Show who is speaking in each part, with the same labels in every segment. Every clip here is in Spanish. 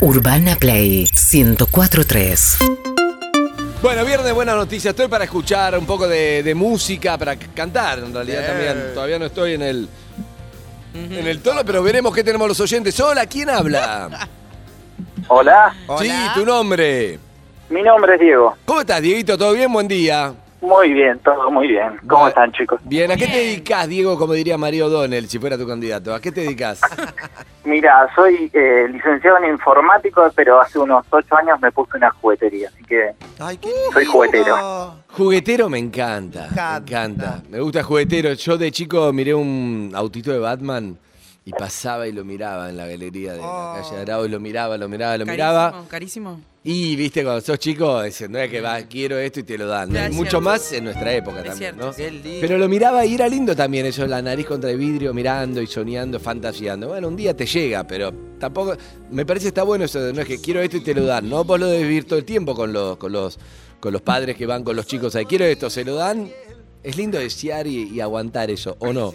Speaker 1: Urbana Play 1043.
Speaker 2: Bueno, viernes, buenas noticias. Estoy para escuchar un poco de, de música, para c- cantar en realidad también. Todavía no estoy en el, en el tono, pero veremos qué tenemos los oyentes. Hola, ¿quién habla?
Speaker 3: Hola,
Speaker 2: Sí, tu nombre.
Speaker 3: mi nombre es Diego.
Speaker 2: ¿Cómo estás, Dieguito? ¿Todo bien? Buen día.
Speaker 3: Muy bien, todo muy bien. ¿Cómo
Speaker 2: Bueno.
Speaker 3: están, chicos?
Speaker 2: Bien, ¿a qué te dedicas, Diego? Como diría Mario O'Donnell, si fuera tu candidato. ¿A qué te dedicas?
Speaker 3: Mira, soy eh, licenciado en informático, pero hace unos ocho años me puse una juguetería, así que
Speaker 4: Ay, qué
Speaker 3: Soy
Speaker 4: lindo.
Speaker 3: juguetero.
Speaker 2: Juguetero me encanta. Me
Speaker 4: Encanta.
Speaker 2: encanta. Me gusta juguetero. Yo de chico miré un autito de Batman y pasaba y lo miraba en la galería de la
Speaker 4: Oh.
Speaker 2: calle Arau y lo miraba, lo miraba, lo miraba.
Speaker 5: Carísimo, carísimo.
Speaker 2: Y viste, cuando sos chico, dicen, no es que va, quiero esto y te lo dan. ¿no?
Speaker 5: Claro, es
Speaker 2: Mucho
Speaker 5: cierto.
Speaker 2: más en nuestra época
Speaker 5: Es
Speaker 2: también,
Speaker 5: cierto,
Speaker 2: ¿no?
Speaker 5: sí.
Speaker 4: Qué lindo.
Speaker 2: Pero lo miraba y era lindo también eso, la nariz contra el vidrio, mirando y soñando, fantaseando. Bueno, un día te llega, pero tampoco. Me parece que está bueno eso, de, no es que quiero esto y te lo dan, ¿no? Vos lo debes vivir todo el tiempo con los, con los, con los padres que van con los chicos ahí. Quiero esto, se lo dan. Es lindo desear y, y aguantar eso, ¿o no?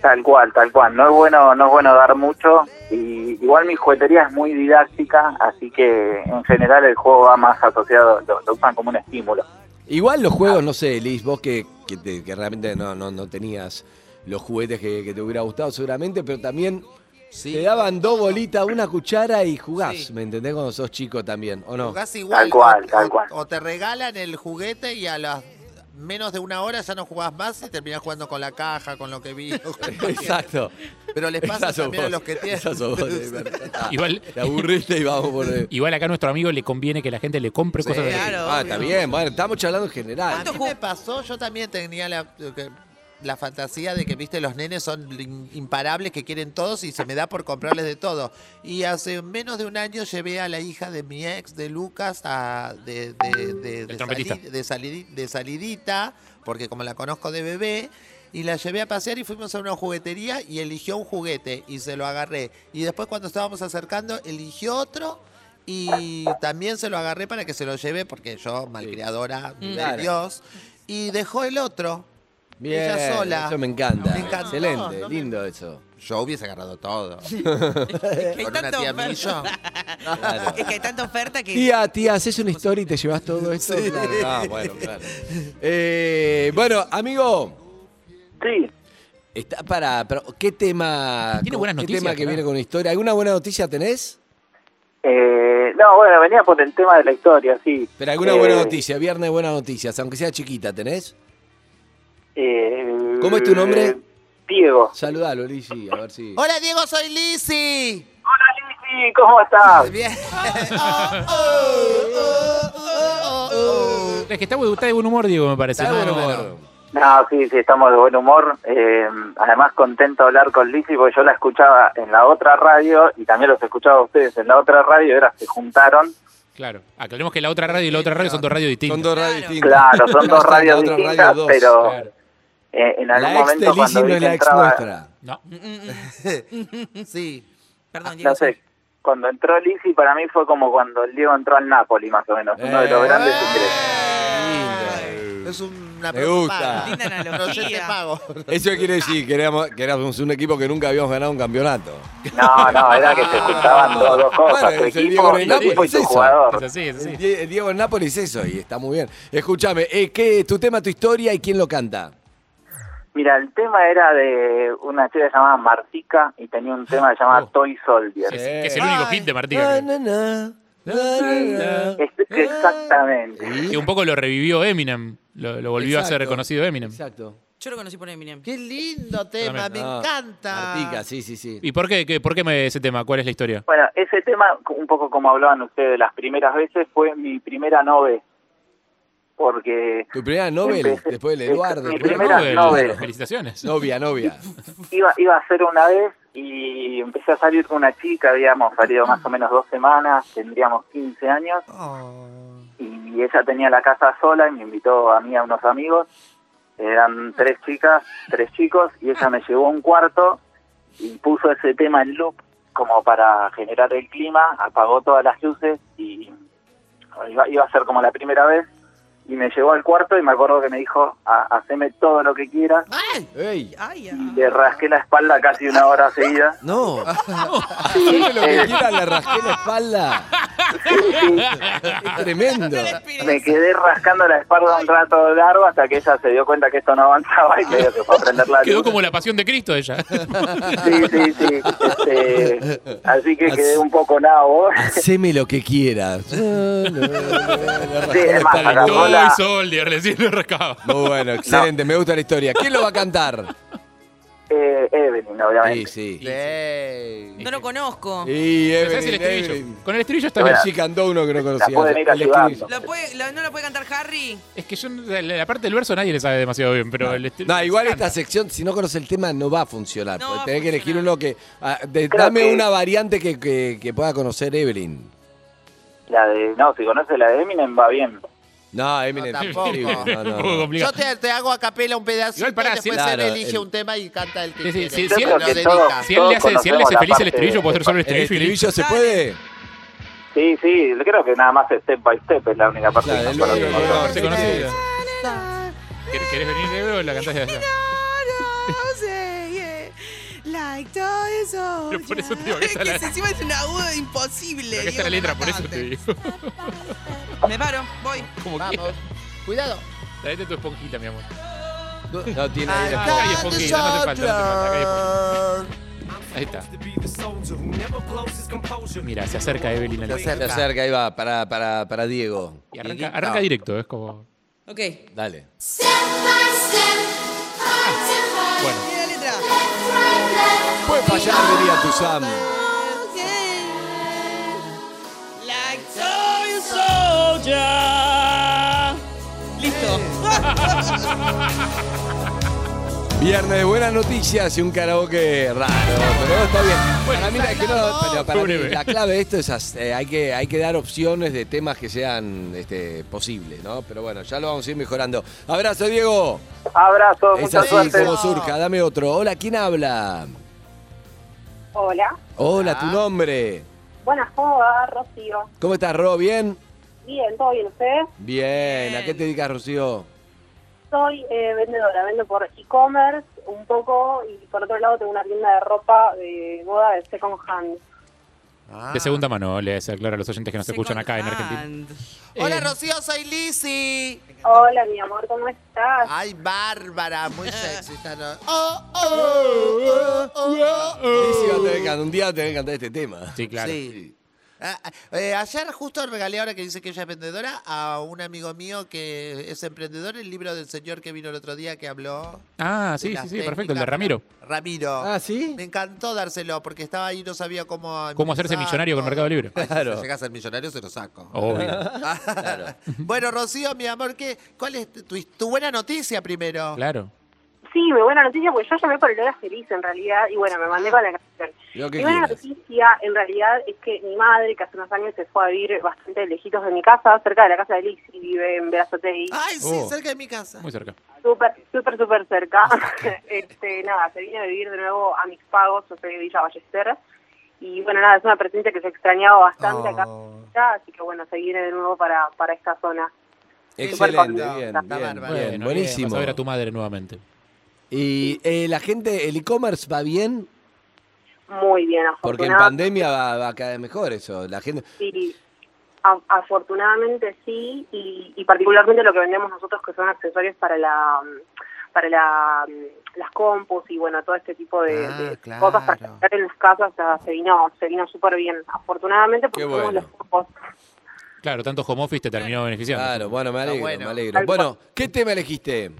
Speaker 3: tal cual, tal cual. No es bueno, no es bueno dar mucho. Y igual mi juguetería es muy didáctica, así que en general el juego va más asociado, lo, lo usan como un estímulo.
Speaker 2: Igual los
Speaker 4: Ah.
Speaker 2: juegos, no sé, Liz, vos que, que, te- que realmente no, no, no tenías los juguetes que, que te hubiera gustado seguramente, pero también
Speaker 4: Sí.
Speaker 2: te daban dos bolitas, una cuchara y jugás,
Speaker 4: Sí.
Speaker 2: ¿me entendés? Cuando sos chico también, ¿o no?
Speaker 4: Jugás igual.
Speaker 3: Tal cual,
Speaker 4: o-
Speaker 3: tal
Speaker 4: o-
Speaker 3: cual.
Speaker 4: O te regalan el juguete y a las menos de una hora ya no jugás más y terminás jugando con la caja, con lo que vi.
Speaker 2: Exacto.
Speaker 4: Pero les pasa
Speaker 2: Esa sos
Speaker 4: también a
Speaker 2: vos,
Speaker 4: los que tienen.
Speaker 2: esa sos vos, de verdad.
Speaker 6: Igual-
Speaker 2: Te aburriste y vamos por... el-
Speaker 6: Igual acá a nuestro amigo le conviene que la gente le compre cosas de
Speaker 5: claro.
Speaker 2: ah, está
Speaker 5: obvio.
Speaker 2: bien, bueno, estamos charlando en
Speaker 4: A
Speaker 2: general.
Speaker 4: mí me pasó, yo también tenía la, que- la fantasía de que, viste, los nenes son in- imparables, que quieren todos y se me da por comprarles de todo. Y hace menos de un año llevé a la hija de mi ex, de Lucas, a, de, de, de- de
Speaker 6: trompetista.
Speaker 4: sali- de salidi- de salidita, porque como la conozco de bebé, y la llevé a pasear y fuimos a una juguetería y eligió un juguete y se lo agarré. Y después cuando estábamos acercando, eligió otro. Y también se lo agarré para que se lo lleve, porque yo, malcriadora,
Speaker 5: Mm.
Speaker 4: de Dios, y dejó el otro.
Speaker 2: Bien,
Speaker 4: Ella sola.
Speaker 2: eso me encanta.
Speaker 4: Me encantó,
Speaker 2: Excelente,
Speaker 4: no me-
Speaker 2: lindo eso.
Speaker 4: Yo hubiese agarrado todo.
Speaker 5: Es que hay
Speaker 4: Con una
Speaker 5: tanta
Speaker 4: tía
Speaker 5: oferta.
Speaker 4: Millo.
Speaker 2: Claro.
Speaker 5: Es que hay tanta oferta que.
Speaker 2: Tía, tía, haces una historia y te llevas todo esto. Claro. Ah, bueno, claro. Eh, bueno, amigo,
Speaker 3: Sí,
Speaker 2: está para, para- ¿qué tema?
Speaker 6: Tiene buenas
Speaker 2: ¿Qué
Speaker 6: noticias,
Speaker 2: tema que
Speaker 6: claro.
Speaker 2: viene con historia? ¿Alguna buena noticia tenés?
Speaker 3: eh, no, bueno, venía por el tema de la historia, sí.
Speaker 2: Pero alguna
Speaker 3: Eh,
Speaker 2: buena noticia, viernes buenas noticias, aunque sea chiquita, ¿tenés?
Speaker 3: eh,
Speaker 2: ¿Cómo es tu nombre?
Speaker 3: Diego.
Speaker 2: Saludalo, Lizzy, a ver si.
Speaker 4: Hola Diego, soy Lizzy.
Speaker 3: Hola, Lizzy, ¿cómo estás?
Speaker 4: Bien. Oh, oh, oh, oh, oh, oh.
Speaker 6: Es que está, está de buen humor, Diego, me parece.
Speaker 2: Está
Speaker 6: ¿no?
Speaker 2: de buen
Speaker 6: Bueno,
Speaker 2: humor.
Speaker 3: No, sí, sí, estamos de buen humor. Eh, además, contento de hablar con Lizzy, porque yo la escuchaba en la otra radio y también los escuchaba a ustedes en la otra radio. Era, se juntaron.
Speaker 6: Claro. Aclaremos que la otra radio y la otra radio son dos radios distintas.
Speaker 2: Son dos radios
Speaker 5: Claro.
Speaker 2: distintas.
Speaker 3: Claro, son dos
Speaker 2: Hashtag
Speaker 3: radios
Speaker 2: otra radio
Speaker 3: distintas,
Speaker 2: dos.
Speaker 3: pero
Speaker 6: Claro.
Speaker 3: eh, en algún
Speaker 2: La ex de
Speaker 3: momento
Speaker 2: Lizzy
Speaker 3: cuando
Speaker 2: no
Speaker 3: vi
Speaker 2: es
Speaker 3: que
Speaker 2: la ex
Speaker 3: entraba,
Speaker 2: nuestra.
Speaker 6: No.
Speaker 5: Mm, mm, mm.
Speaker 4: Sí.
Speaker 5: Perdón, Diego.
Speaker 3: no sé, cuando entró Lizzy para mí fue como cuando el Diego entró al Napoli, más o menos, uno de los
Speaker 2: Eh.
Speaker 3: grandes ingresos.
Speaker 2: Lindo.
Speaker 4: Es una
Speaker 2: Me gusta.
Speaker 4: paga.
Speaker 5: Linda analogía.
Speaker 4: Pero yo te pago.
Speaker 2: Eso quiere decir que éramos, que éramos un equipo que nunca habíamos ganado un campeonato.
Speaker 3: No, no, era que se juntaban dos, dos cosas,
Speaker 2: Bueno,
Speaker 3: tu
Speaker 2: es el
Speaker 3: equipo,
Speaker 2: Diego en el
Speaker 3: tu, equipo
Speaker 2: Napoli,
Speaker 3: y tu
Speaker 2: es eso.
Speaker 6: Es
Speaker 3: jugador.
Speaker 6: así, es así.
Speaker 2: El Die- el Diego en Nápoles es eso, y está muy bien. Escúchame, eh, ¿qué, tu tema, tu historia y quién lo canta?
Speaker 3: Mira, el tema era de una chica llamada Martica y tenía un tema llamado
Speaker 6: Oh.
Speaker 3: Toy Soldier.
Speaker 6: Sí, que es el único hit de Martí, creo.
Speaker 2: Na, na, na, na, na.
Speaker 3: Es- exactamente.
Speaker 6: Que un poco lo revivió Eminem. Lo, lo volvió a ser
Speaker 2: Exacto.
Speaker 6: reconocido Eminem.
Speaker 2: Exacto.
Speaker 5: Yo lo conocí por Eminem.
Speaker 4: Qué lindo tema, me
Speaker 2: Ah,
Speaker 4: encanta.
Speaker 2: Martica, sí, sí, sí.
Speaker 6: ¿Y por qué, qué- por qué me- ese tema? ¿Cuál es la historia?
Speaker 3: Bueno, ese tema, un poco como hablaban ustedes las primeras veces, fue mi primera nove. Porque
Speaker 2: Tu primera novela,
Speaker 3: Empecé-
Speaker 2: después
Speaker 3: mi
Speaker 2: el Eduardo. después el
Speaker 3: primera
Speaker 2: Eduardo.
Speaker 3: novela.
Speaker 6: Felicitaciones.
Speaker 2: Novia, novia.
Speaker 3: iba, iba a ser una vez y empecé a salir con una chica, habíamos salido más o menos dos semanas, tendríamos 15 años,
Speaker 4: Oh.
Speaker 3: y ella tenía la casa sola y me invitó a mí y a unos amigos. Eran tres chicas, tres chicos, y ella me llevó a un cuarto y puso ese tema en loop como para generar el clima, apagó todas las luces y iba, iba a ser como la primera vez. y me llevó al cuarto y me acuerdo que me dijo, "Ha- haceme todo lo que quieras.
Speaker 4: ¡Ay!
Speaker 2: ¡Ey!
Speaker 5: Ay, ay.
Speaker 3: Y le rasqué la espalda casi una hora seguida.
Speaker 2: No. Haceme lo Ah, que quiera, le rasqué la espalda. Es tremendo.
Speaker 3: Me quedé rascando la espalda un rato largo hasta que ella se dio cuenta que esto no avanzaba y medio se fue a prender la
Speaker 6: Quedó
Speaker 3: luz.
Speaker 6: como la pasión de Cristo ella.
Speaker 3: Sí, sí, sí. Este, así que
Speaker 2: Así-
Speaker 3: quedé un poco nabo.
Speaker 2: Haceme lo que quieras. No, no, no, le
Speaker 3: Sí,
Speaker 2: rasqué la
Speaker 3: es más,
Speaker 2: espalda.
Speaker 3: agarró
Speaker 6: Todo
Speaker 3: la-
Speaker 6: y Soldier, recién lo rascaba.
Speaker 2: Muy bueno, excelente, me gusta la historia. ¿Quién lo va a cantar?
Speaker 3: Eh, Evelyn,
Speaker 2: Sí,
Speaker 3: obviamente.
Speaker 2: sí.
Speaker 4: Ey.
Speaker 5: No lo conozco.
Speaker 2: Y
Speaker 6: ¿Sabes el
Speaker 2: Evelyn, Evelyn.
Speaker 6: estribillo? Con el estribillo está bien.
Speaker 2: También sí cantó uno que no conocía.
Speaker 3: pueden ir
Speaker 2: El
Speaker 3: ayudando.
Speaker 2: estribillo.
Speaker 5: ¿Lo puede- lo- ¿No lo puede cantar Harry?
Speaker 6: Es que yo, la, la parte del verso nadie le sabe demasiado bien, pero el estri-
Speaker 2: No, Ah, igual esta sección, si no conoces el tema, no va a funcionar.
Speaker 5: No
Speaker 2: porque
Speaker 5: va a
Speaker 2: tenés que elegir
Speaker 5: funcionar.
Speaker 2: uno que. ah, de-
Speaker 3: Creo
Speaker 2: dame
Speaker 3: que-
Speaker 2: una variante que, que- que pueda conocer Evelyn.
Speaker 3: La de, no, si conoce la de Eminem va bien.
Speaker 2: No, Evelyn.
Speaker 4: No,
Speaker 2: es
Speaker 4: tampoco.
Speaker 2: imposible. No,
Speaker 6: Un
Speaker 2: no,
Speaker 6: poco
Speaker 2: no.
Speaker 6: complicado.
Speaker 4: Yo te, te hago a capela un pedacito
Speaker 6: Igual pará,
Speaker 4: y después
Speaker 2: sí,
Speaker 4: él
Speaker 2: claro,
Speaker 4: elige
Speaker 2: el-
Speaker 4: un tema y canta el que
Speaker 6: Sí, sí,
Speaker 4: quiere.
Speaker 6: sí,
Speaker 3: Yo
Speaker 6: sí,
Speaker 3: creo
Speaker 4: Lo
Speaker 3: que
Speaker 4: dedica.
Speaker 3: todos-
Speaker 6: Si él le hace, si él le hace
Speaker 3: conocemos la
Speaker 6: feliz el
Speaker 3: parte
Speaker 6: estribillo,
Speaker 3: de-
Speaker 6: puede hacer solo el
Speaker 2: ¿El
Speaker 6: estribillo y listo.
Speaker 2: estribillo se puede?
Speaker 3: Sí, sí, creo que nada más step by step es la única parte
Speaker 2: Claro,
Speaker 3: que
Speaker 2: el
Speaker 3: no conozco.
Speaker 2: único que
Speaker 6: No,
Speaker 2: no
Speaker 6: se conoce. ¿Quer- ¿Querés venir de nuevo? La cantás de allá.
Speaker 5: Oh,
Speaker 6: Pero por eso te digo que
Speaker 5: Es
Speaker 6: esa
Speaker 5: que
Speaker 6: la-
Speaker 5: encima es un agudo imposible.
Speaker 6: Pero que esta
Speaker 5: Diego,
Speaker 6: es la letra, por eso
Speaker 5: mataste.
Speaker 6: te digo.
Speaker 5: Me paro, voy.
Speaker 6: Como
Speaker 4: Vamos.
Speaker 6: quieras.
Speaker 4: Cuidado.
Speaker 6: Traete tu esponjita, mi amor.
Speaker 2: No tiene ahí la-
Speaker 6: Acá hay esponjita, no hace falta, no hace falta. Acá hay esponjita. Ahí está. Mira, se acerca Evelyn al
Speaker 4: Se acerca.
Speaker 2: Se acerca, ahí va, para, para, para Diego.
Speaker 6: Y arranca, arranca directo, es como.
Speaker 5: Ok.
Speaker 2: Dale.
Speaker 6: Bueno,
Speaker 5: Mira la letra.
Speaker 2: Puede fallar, diría tu Sam.
Speaker 5: Like toy soldier. Listo.
Speaker 2: Viernes de buenas noticias y un karaoke raro, pero está bien. Para mí, la, que no- pero para mí
Speaker 6: Breve.
Speaker 2: la clave de esto es as- eh, hay, que, hay que dar opciones de temas que sean este, posibles, ¿no? Pero bueno, ya lo vamos a ir mejorando. Abrazo, Diego.
Speaker 3: Abrazo,
Speaker 2: Es
Speaker 3: mucha
Speaker 2: así
Speaker 3: suerte.
Speaker 2: como surja, dame otro. Hola, ¿quién habla?
Speaker 7: Hola.
Speaker 2: Hola, tu nombre.
Speaker 7: Buenas, ¿cómo va, Rocío?
Speaker 2: ¿Cómo estás, Ro? ¿Bien?
Speaker 7: Bien, ¿todo bien ustedes?
Speaker 2: Bien. ¿A qué te dedicas, Rocío?
Speaker 7: Soy eh, vendedora, vendo por e-commerce un poco y por otro lado tengo una tienda de ropa de boda de second hand.
Speaker 6: de segunda mano le se aclara a los oyentes que nos escuchan acá en Argentina.
Speaker 4: Hola,
Speaker 6: Eh,
Speaker 4: Rocío, soy Lizzy.
Speaker 7: Hola, mi amor, ¿cómo estás? Oh,
Speaker 4: Ay, Bárbara, muy sexy. esta no-
Speaker 2: Sí, sí, va a tener que cantar- un día va a tener que cantar este tema.
Speaker 6: Sí, claro.
Speaker 4: Sí. Ah, ah, eh, ayer justo regalé ahora que dice que ella es vendedora a un amigo mío que es emprendedor el libro del señor que vino el otro día que habló.
Speaker 6: Ah,
Speaker 4: de
Speaker 6: sí,
Speaker 4: las
Speaker 6: sí, sí, perfecto, el de
Speaker 4: técnicas.
Speaker 6: Ramiro.
Speaker 4: Ramiro.
Speaker 2: Ah, ¿sí?
Speaker 4: Me encantó dárselo porque estaba ahí y no sabía cómo.
Speaker 6: Cómo hacerse
Speaker 4: empezar,
Speaker 6: millonario con
Speaker 4: todo.
Speaker 6: Mercado Libre.
Speaker 4: Ay,
Speaker 2: Claro.
Speaker 4: Si llegas a ser millonario, se lo saco.
Speaker 6: Obvio.
Speaker 4: bueno, Rocío, mi amor, ¿qué, ¿cuál es tu, tu buena noticia primero?
Speaker 6: Claro.
Speaker 7: Sí, muy buena noticia, porque yo llamé por el hora feliz en realidad y bueno, me mandé con la canción.
Speaker 2: Lo que
Speaker 7: Mi buena
Speaker 2: quieras.
Speaker 7: noticia en realidad es que mi madre, que hace unos años se fue a vivir bastante lejitos de mi casa, cerca de la casa de Liz y vive en Verazategui.
Speaker 4: Ay, sí,
Speaker 2: Oh.
Speaker 4: cerca de mi casa.
Speaker 6: Muy cerca.
Speaker 7: Súper, súper, súper cerca. este, nada, se vino a vivir de nuevo a mis pagos, yo soy de Villa Ballester. Y bueno, nada, es una presencia que se extrañaba bastante acá
Speaker 4: Oh.
Speaker 2: Ah.
Speaker 7: acá, así que bueno, se viene de nuevo para, para esta zona.
Speaker 2: Excelente,
Speaker 4: contenta.
Speaker 2: bien,
Speaker 4: Está
Speaker 2: bien,
Speaker 4: bárbaro.
Speaker 2: bien,
Speaker 6: Bueno, bien,
Speaker 2: buenísimo.
Speaker 6: Vas a ver a tu madre nuevamente.
Speaker 2: Y eh, la gente, el e-commerce va bien,
Speaker 7: Muy bien,
Speaker 2: porque en
Speaker 7: afortunadamente.
Speaker 2: pandemia va, va cada vez mejor eso. La gente,
Speaker 7: sí. A- afortunadamente sí, y, y particularmente lo que vendemos nosotros, que son accesorios para la mm, para la, mm, las compus y bueno, todo este tipo de,
Speaker 4: Ah,
Speaker 7: de
Speaker 4: claro.
Speaker 7: cosas para estar en las casas, o sea, se vino se vino súper bien, afortunadamente, porque
Speaker 2: Qué
Speaker 7: somos
Speaker 2: bueno.
Speaker 7: los pocos.
Speaker 6: Claro, tanto home office te terminó beneficiando.
Speaker 2: claro, bueno, me alegro,
Speaker 4: bueno.
Speaker 2: me alegro. Bueno, ¿qué tema elegiste?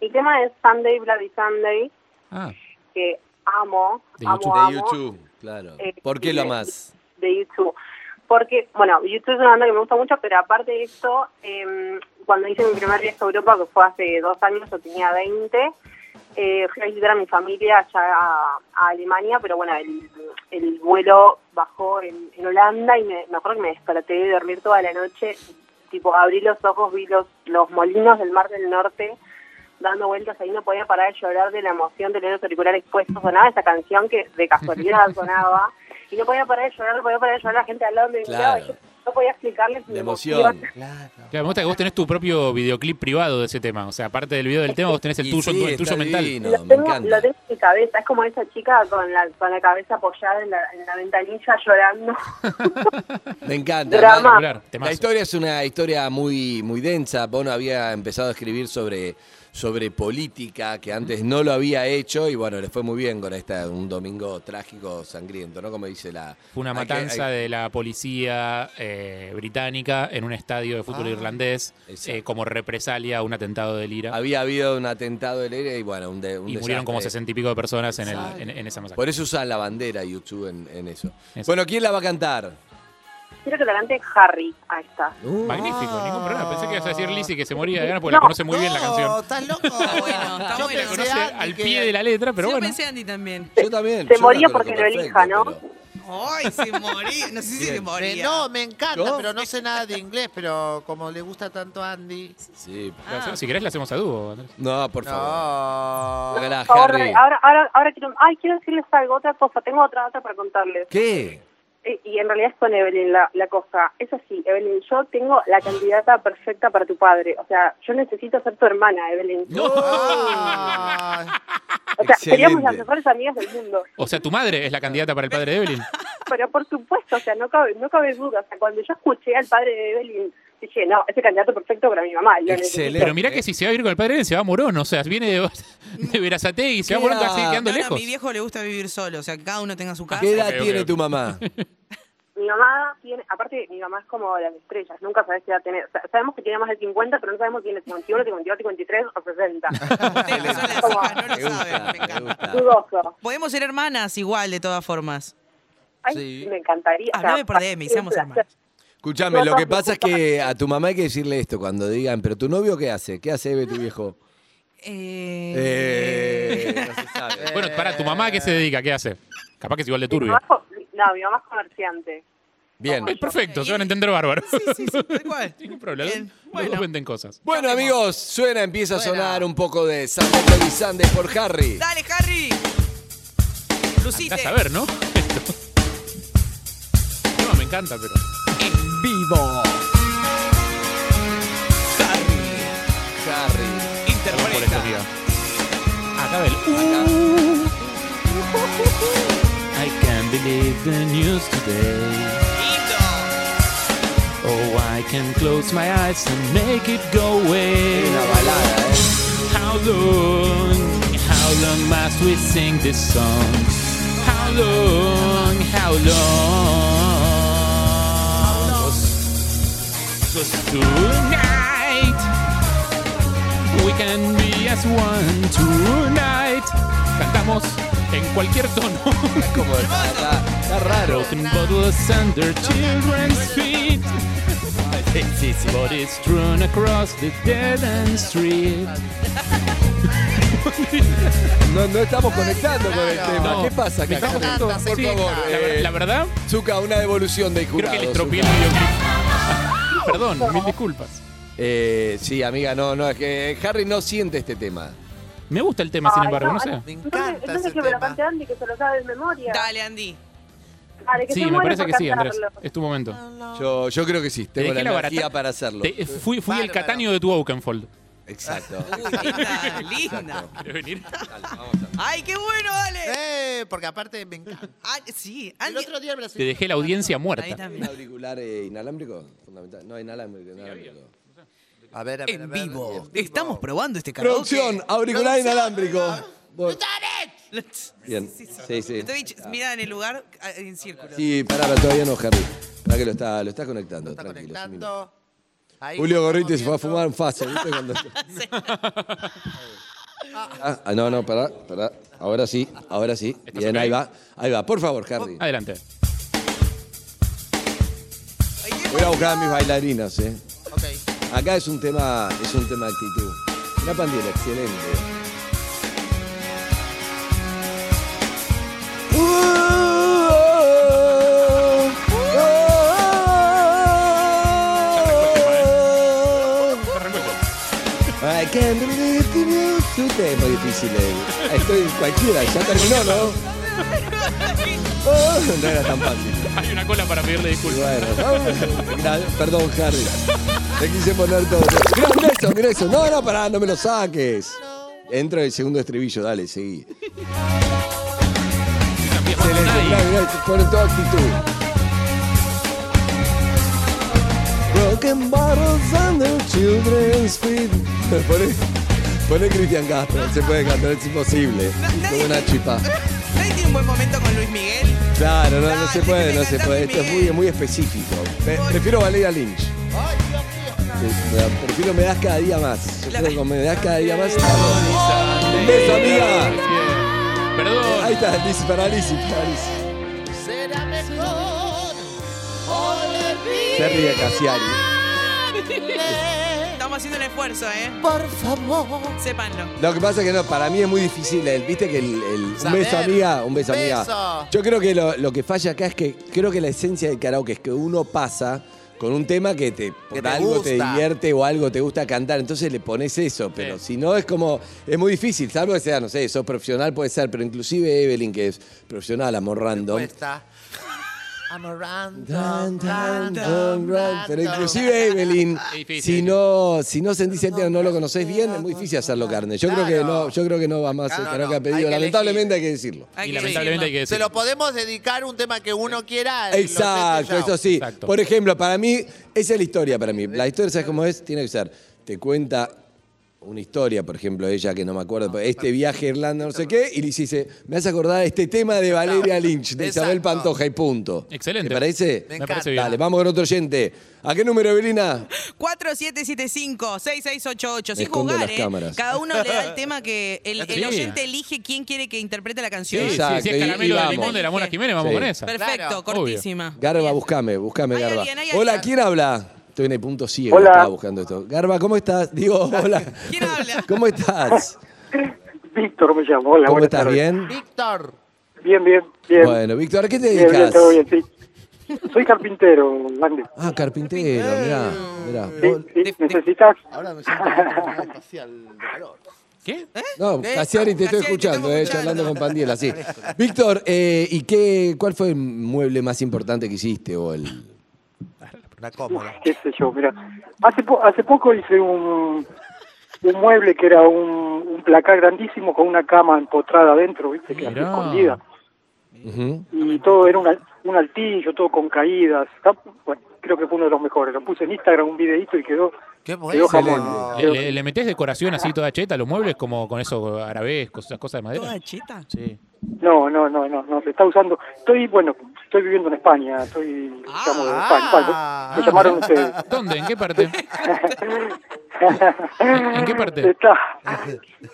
Speaker 7: El tema es Sunday, Bloody Sunday,
Speaker 6: Ah,
Speaker 7: que amo,
Speaker 6: De
Speaker 7: amo,
Speaker 6: YouTube.
Speaker 7: amo,
Speaker 2: De YouTube, claro.
Speaker 7: Eh,
Speaker 2: ¿Por qué
Speaker 7: y
Speaker 2: lo
Speaker 7: de-
Speaker 2: más?
Speaker 7: de YouTube. Porque, bueno, YouTube es una banda que me gusta mucho, pero aparte de esto, em, cuando hice mi primer viaje a Europa, que fue hace dos años, yo tenía 20, eh, fui a visitar a mi familia allá a, a Alemania, pero bueno, el, el vuelo bajó en, en Holanda y me, me acuerdo que me desperté de dormir toda la noche. Tipo, abrí los ojos, vi los, los molinos del Mar del Norte dando vueltas ahí, no podía parar de llorar de la emoción de tener los auriculares puestos. Sonaba esa canción que de casualidad sonaba y no podía parar de llorar, no podía parar de llorar, la gente al lado me miraba.
Speaker 2: Claro.
Speaker 7: y yo no podía explicarles mi
Speaker 2: La emoción.
Speaker 4: Claro.
Speaker 6: Claro, me gusta que vos tenés tu propio videoclip privado de ese tema. O sea, aparte del video del tema, vos tenés el
Speaker 2: Y
Speaker 6: tuyo,
Speaker 2: sí,
Speaker 6: el
Speaker 2: está
Speaker 6: tuyo mental.
Speaker 2: divino,
Speaker 7: lo,
Speaker 2: me
Speaker 7: tengo,
Speaker 2: encanta.
Speaker 7: lo tengo en mi cabeza, es como esa chica con la, con la cabeza apoyada en la, en la ventanilla llorando.
Speaker 2: Me encanta.
Speaker 7: Drama.
Speaker 2: Mar-
Speaker 6: Espectacular, temazo.
Speaker 2: La historia es una historia muy, muy densa. Bono había empezado a escribir sobre, sobre política, que antes no lo había hecho, y bueno, le fue muy bien con esta, un domingo trágico, sangriento, ¿no? Como dice la.
Speaker 6: Fue una
Speaker 2: hay que-
Speaker 6: matanza
Speaker 2: hay-
Speaker 6: de la policía eh, británica en un estadio de fútbol
Speaker 4: Ah,
Speaker 6: irlandés
Speaker 2: exacto.
Speaker 6: eh, como represalia a un atentado de Lira.
Speaker 2: Había habido un atentado del aire y bueno, un, de, un
Speaker 6: Y murieron como
Speaker 2: desastre.
Speaker 6: sesenta y pico de personas en, el- en- en esa masacre.
Speaker 2: Por eso usan la bandera YouTube en, en eso.
Speaker 6: Eso.
Speaker 2: Bueno, ¿quién la va a cantar?
Speaker 7: Quiero que la cante Harry, ahí está.
Speaker 2: Uh.
Speaker 6: Magnífico, ningún problema. Pensé que ibas a decir Lizzy que se moría de ganas porque la
Speaker 7: No.
Speaker 6: conoce muy bien la
Speaker 4: No,
Speaker 6: canción.
Speaker 4: Oh, estás loco.
Speaker 5: bueno, está
Speaker 4: Yo
Speaker 5: bueno.
Speaker 4: pensé
Speaker 6: Conoce
Speaker 4: antes
Speaker 6: al
Speaker 4: que-
Speaker 6: pie de la letra, pero
Speaker 5: Yo
Speaker 6: bueno.
Speaker 5: pensé Andy también.
Speaker 2: Yo también.
Speaker 7: Se
Speaker 2: yo la
Speaker 7: moría
Speaker 2: conozco
Speaker 7: porque lo elija, ¿no?
Speaker 2: perfecto,
Speaker 5: Ay, se moría. No sé si se
Speaker 2: Bien.
Speaker 4: Me-
Speaker 5: moría.
Speaker 4: Eh, no, me encanta,
Speaker 2: ¿Yo?
Speaker 4: pero no sé nada de inglés, pero como le gusta tanto a Andy.
Speaker 2: pero- Sí.
Speaker 6: La hacemos- Si querés la hacemos a dúo. Andrés.
Speaker 2: No, por favor.
Speaker 4: No.
Speaker 2: Hágala,
Speaker 7: Por favor,
Speaker 2: Harry.
Speaker 7: ahora, ahora, ahora quiero, ay, quiero decirles algo, otra cosa, tengo otra otra para contarles.
Speaker 2: ¿Qué?
Speaker 7: Eh, Y en realidad es con Evelyn la, la cosa. Es así, Evelyn, yo tengo la candidata perfecta para tu padre. O sea, yo necesito ser tu hermana, Evelyn.
Speaker 4: Ay,
Speaker 7: o sea, seríamos
Speaker 2: excelente.
Speaker 7: las mejores amigas del mundo.
Speaker 6: O sea, tu madre es la candidata para el padre de Evelyn.
Speaker 7: Pero por supuesto, o sea, no cabe, no cabe duda. O sea, cuando yo escuché al padre de Evelyn, dije, no, ese candidato perfecto para mi mamá. lo necesito.
Speaker 2: Excelente.
Speaker 6: Pero mirá que si se va a vivir con el padre de Evelyn, se va a Morón. O sea, viene de, de Verazate y se va a Morón, está así quedando
Speaker 5: No, no, a
Speaker 6: lejos.
Speaker 5: mi viejo le gusta vivir solo, o sea, que cada uno tenga su casa.
Speaker 2: ¿Qué edad
Speaker 6: ok, ok.
Speaker 2: tiene tu mamá?
Speaker 7: Mi mamá tiene, aparte, mi mamá es como las estrellas, nunca sabes qué va a tener. O sea, sabemos que tiene más de 50, pero no sabemos si tiene 51, 52, 53 o 60.
Speaker 5: Ustedes que son las
Speaker 7: Como,
Speaker 5: hijas, no
Speaker 2: Me
Speaker 5: lo
Speaker 2: gusta,
Speaker 5: saben, me
Speaker 2: me
Speaker 5: encanta.
Speaker 2: gusta.
Speaker 7: dudoso.
Speaker 5: Podemos ser hermanas igual, de todas formas.
Speaker 7: Ay,
Speaker 2: Sí.
Speaker 7: me encantaría. o sea,
Speaker 5: Hablame por DM,
Speaker 7: es
Speaker 5: seamos
Speaker 7: un placer.
Speaker 5: hermanas.
Speaker 2: Escuchame,
Speaker 7: No,
Speaker 2: lo
Speaker 7: no,
Speaker 2: que
Speaker 7: no,
Speaker 2: pasa es
Speaker 7: no.
Speaker 2: que a tu mamá hay que decirle esto cuando digan, pero tu novio qué hace? ¿Qué hace Eve, tu viejo? Eh, no se sabe.
Speaker 6: Bueno, para tu mamá, ¿a qué se dedica? ¿Qué hace? Capaz que es igual de
Speaker 7: Mi
Speaker 6: turbio.
Speaker 7: mamá es co- no, mi mamá es comerciante.
Speaker 2: Bien.
Speaker 6: Eh, Perfecto, se van a entender bárbaro.
Speaker 5: Sí, sí, sí, tal cual.
Speaker 6: Ningún problema.
Speaker 5: Bien,
Speaker 6: Los
Speaker 5: bueno.
Speaker 6: dos venden cosas.
Speaker 2: Bueno, amigos, suena, empieza a
Speaker 4: Suena.
Speaker 2: sonar un poco de Santa Claus Sunday por Harry.
Speaker 5: Dale, Harry. Lucite.
Speaker 6: Andás a ver, ¿no? Esto. No, me encanta, pero.
Speaker 2: Vivo. Harry.
Speaker 6: Perdón por esto, tío. Acá el.
Speaker 8: uh.
Speaker 6: I can't believe the news today.
Speaker 5: Lindo.
Speaker 6: Oh, I can close my eyes and make it go away.
Speaker 2: Harry. Una balada, ¿eh?
Speaker 6: How long, how long must we sing this song? How long, how long? Cause tonight we can be as one tonight. Cantamos en cualquier tono.
Speaker 2: Es como. Está, está- está raro.
Speaker 6: Broken bottles under children's feet. Bodies strewn across the dead end street.
Speaker 2: No, no estamos conectando con el tema.
Speaker 6: No.
Speaker 2: ¿Qué pasa acá?
Speaker 6: Me está
Speaker 2: Harry?
Speaker 6: gustando,
Speaker 2: por
Speaker 6: sí.
Speaker 2: favor.
Speaker 6: La, ver-
Speaker 2: eh,
Speaker 6: la verdad,
Speaker 2: Zucca, una devolución del
Speaker 6: creo
Speaker 2: jurado.
Speaker 6: que le estropeé el
Speaker 2: Zucca.
Speaker 6: videoclip. Perdón, mil disculpas.
Speaker 2: Eh, sí, amiga, no, no, es que eh, Harry no siente este tema.
Speaker 6: Me gusta el tema, sin
Speaker 7: Ay,
Speaker 6: embargo, no
Speaker 7: ay,
Speaker 6: sé.
Speaker 4: Me encanta
Speaker 7: Entonces, entonces
Speaker 4: ese
Speaker 7: que me lo
Speaker 4: tema.
Speaker 7: cante Andy, que se lo sabe de memoria.
Speaker 5: Dale, Andy.
Speaker 7: Dale, que
Speaker 6: Sí,
Speaker 7: se
Speaker 6: me
Speaker 7: muere
Speaker 6: parece
Speaker 7: por
Speaker 6: que sí, Andrés.
Speaker 7: cantarlo.
Speaker 6: Es tu momento.
Speaker 2: Yo, yo creo que sí, tengo la
Speaker 6: dejé la barata-
Speaker 2: energía para hacerlo.
Speaker 6: Te- fui fui el
Speaker 4: Bárbaro.
Speaker 6: Cataño de tu Oakenfold.
Speaker 2: Exacto.
Speaker 5: Uy, linda, linda.
Speaker 6: ¿Querés venir?
Speaker 5: Ay, qué bueno, dale.
Speaker 4: Eh, porque aparte me encanta.
Speaker 5: Ah, sí,
Speaker 4: El
Speaker 5: Andy.
Speaker 4: otro día el brasileño-
Speaker 6: Te dejé la audiencia
Speaker 5: Ahí
Speaker 6: muerta.
Speaker 2: ¿Un
Speaker 5: también.
Speaker 2: auricular eh, inalámbrico? Fundamental. No, inalámbrico, inalámbrico.
Speaker 4: A ver, a ver, a
Speaker 5: En
Speaker 4: ver,
Speaker 5: vivo.
Speaker 4: en vivo.
Speaker 5: Estamos probando este karaoke.
Speaker 2: Producción, auricular inalámbrico. Vos- Bien.
Speaker 5: Sí,
Speaker 2: Sí, sí.
Speaker 5: Petovich, mira en el lugar, ah, en círculo.
Speaker 2: Sí, pará, pará, todavía no, Harry. Pará que lo está, lo está conectando,
Speaker 4: Está
Speaker 2: tranquilo. es un minuto.
Speaker 4: conectando. Ahí
Speaker 2: Julio
Speaker 4: estamos
Speaker 2: Gorriti se fue a
Speaker 4: viendo.
Speaker 2: fumar un faso, ¿viste? Cuando- Ah, ah, no, no, pará, pará. Ahora sí, ahora sí. Bien,
Speaker 6: ok. Oh,
Speaker 2: ahí va. Ahí va. Por favor, Harry.
Speaker 6: Adelante.
Speaker 5: Ay, qué
Speaker 2: Voy a buscar a mis bailarinas, eh.
Speaker 4: Ok.
Speaker 2: Acá es un tema, es un tema de actitud. Una pandilla, excelente. I can't believe it is today. Es muy difícil. eh. Estoy cualquiera, ya terminó, ¿no? Oh, no era tan fácil.
Speaker 6: Hay una cola para pedirle
Speaker 2: Y
Speaker 6: disculpas.
Speaker 2: bueno, vamos. Gra- Perdón, Harry. Te quise poner todo. Mira, mira eso, mira eso. No, no, pará, no me lo saques. Entra el segundo estribillo, dale, seguí.
Speaker 6: También
Speaker 2: Excelente,
Speaker 6: nadie.
Speaker 2: mirá, mirá, ponen toda actitud. Broken bottles and their children's feet. Pone, pone Cristian Castro, se puede cantar, es imposible. Como una chipa.
Speaker 5: Nadie tiene un buen momento con Luis Miguel.
Speaker 2: Claro, no, no se
Speaker 5: Dale,
Speaker 2: puede, no
Speaker 5: que
Speaker 2: se
Speaker 5: te
Speaker 2: puede.
Speaker 5: cantás,
Speaker 2: Esto es muy,
Speaker 5: Miguel.
Speaker 2: muy específico. Pre- prefiero Valeria Lynch. Sí, me da- Prefiero me das cada día más. Yo creo que me das cada día más. Un beso, amiga.
Speaker 6: Perdón.
Speaker 2: Ahí está, Liz, para Liz, para Liz. Se ríe Casiari.
Speaker 5: Estamos haciendo un esfuerzo, ¿eh?
Speaker 4: Por favor.
Speaker 5: Sépanlo.
Speaker 2: Lo que pasa es que no, para mí es muy difícil. el- Viste que el, el- un
Speaker 4: Saber.
Speaker 2: beso amiga, un beso,
Speaker 4: Beso.
Speaker 2: amiga. Yo creo que lo, lo que falla acá es que creo que la esencia del karaoke es que uno pasa con un tema que te por
Speaker 4: Que te
Speaker 2: algo te
Speaker 4: gusta.
Speaker 2: divierte o algo te gusta cantar, entonces le pones eso, pero si no es como es muy difícil, salvo que sea, no sé, sos profesional puede ser, pero inclusive Evelyn que es profesional amorrando.
Speaker 4: Cuesta. Amorando.
Speaker 2: Tan, tan, tan,
Speaker 4: random,
Speaker 2: tan. Pero
Speaker 4: random.
Speaker 2: inclusive Evelyn,
Speaker 6: Es difícil.
Speaker 2: si no, si no sentís el tema, no lo conocés bien, es muy difícil hacerlo carne. Yo creo que
Speaker 4: Claro.
Speaker 2: no, yo creo que no va más el
Speaker 4: Claro,
Speaker 2: karaoke
Speaker 4: no,
Speaker 2: a
Speaker 4: hay
Speaker 2: pedido.
Speaker 4: que
Speaker 2: Lamentablemente hay que decirlo.
Speaker 5: Hay
Speaker 6: Y
Speaker 5: que
Speaker 6: lamentablemente hay que
Speaker 4: Se
Speaker 6: decir.
Speaker 4: lo podemos dedicar un tema que uno quiera. y lo
Speaker 2: Exacto,
Speaker 4: sé yo.
Speaker 2: eso sí.
Speaker 6: Exacto.
Speaker 2: Por ejemplo, para mí, esa es la historia para mí. La historia, ¿sabes cómo es? Tiene que ser. Te cuenta una historia, por ejemplo, ella que no me acuerdo,
Speaker 4: Ah,
Speaker 2: pero este viaje a Irlanda, no sé qué, y le dice, me hace acordar este tema de Valeria Lynch, de
Speaker 4: Exacto.
Speaker 2: Isabel Pantoja y punto.
Speaker 6: Excelente.
Speaker 2: ¿Te parece?
Speaker 4: Me
Speaker 6: Me parece
Speaker 4: encanta.
Speaker 6: bien.
Speaker 2: Dale, vamos con otro oyente. ¿A qué número, Evelina?
Speaker 5: 4775-6688. Sin
Speaker 2: Escondo
Speaker 5: jugar,
Speaker 2: las
Speaker 5: ¿eh?
Speaker 2: cámaras.
Speaker 5: Cada uno le da el tema que el, el
Speaker 6: Sí.
Speaker 5: oyente elige quién quiere que interprete la
Speaker 6: Sí,
Speaker 5: canción.
Speaker 6: sí,
Speaker 2: Exacto,
Speaker 6: si es
Speaker 2: y- y
Speaker 6: caramelo de
Speaker 2: vamos.
Speaker 6: limón de la Mona Jiménez, vamos
Speaker 2: Sí.
Speaker 6: con esa.
Speaker 5: Perfecto,
Speaker 4: Claro,
Speaker 5: cortísima.
Speaker 2: Garba, buscame, buscame,
Speaker 5: Hay
Speaker 2: Garba.
Speaker 5: alguien, hay
Speaker 2: hola,
Speaker 5: alguien.
Speaker 2: ¿quién habla? Estoy en el punto ciego,
Speaker 9: Hola.
Speaker 2: estaba buscando esto. Garba, ¿cómo estás? Digo, hola.
Speaker 5: ¿Quién habla?
Speaker 2: ¿Cómo estás?
Speaker 9: Víctor me llamó. Hola,
Speaker 2: ¿Cómo
Speaker 9: buenas
Speaker 2: estás?
Speaker 9: tardes.
Speaker 2: ¿Bien?
Speaker 4: Víctor.
Speaker 9: Bien, bien, bien.
Speaker 2: Bueno, Víctor, ¿a qué te
Speaker 9: bien, bien,
Speaker 2: dedicas?
Speaker 9: todo bien, sí. Soy carpintero, Andy.
Speaker 2: Ah, carpintero, mirá, mirá.
Speaker 9: Sí, sí, ¿Necesitas?
Speaker 10: Ahora me siento como en un espacial de calor.
Speaker 6: ¿Qué?
Speaker 2: No, Casiari, te estoy
Speaker 5: Casiari, te
Speaker 2: escuchando,
Speaker 5: estamos
Speaker 2: eh,
Speaker 5: escuchando.
Speaker 2: charlando con Pandiela, sí. Víctor, eh, ¿y qué, cuál fue el mueble más importante que hiciste? O el...
Speaker 4: Una cómoda.
Speaker 9: qué sé yo, mira. Hace, po- hace poco hice un, un mueble que era un, un placar grandísimo con una cama empotrada adentro, ¿viste? Que así
Speaker 6: Mirá.
Speaker 9: escondida.
Speaker 2: Ujú.
Speaker 9: Y todo era un, al- un altillo, todo con caídas. Está- Bueno, creo que fue uno de los mejores. Lo puse en Instagram un videito y quedó,
Speaker 4: Qué bueno.
Speaker 9: quedó jamón.
Speaker 6: ¿Le, le, le metés decoración así toda cheta a los muebles como con esos arabescos, esas cosas de
Speaker 5: ¿Toda
Speaker 6: madera?
Speaker 5: cheta?
Speaker 6: Sí.
Speaker 9: No, no, no, no, no, se está usando. Estoy, bueno, estoy viviendo en España, estoy,
Speaker 5: Ah,
Speaker 9: digamos, en España. Bueno,
Speaker 4: ah.
Speaker 9: me llamaron ustedes.
Speaker 6: ¿Dónde? ¿En qué parte?
Speaker 9: ¿En
Speaker 6: qué parte?
Speaker 9: Se está,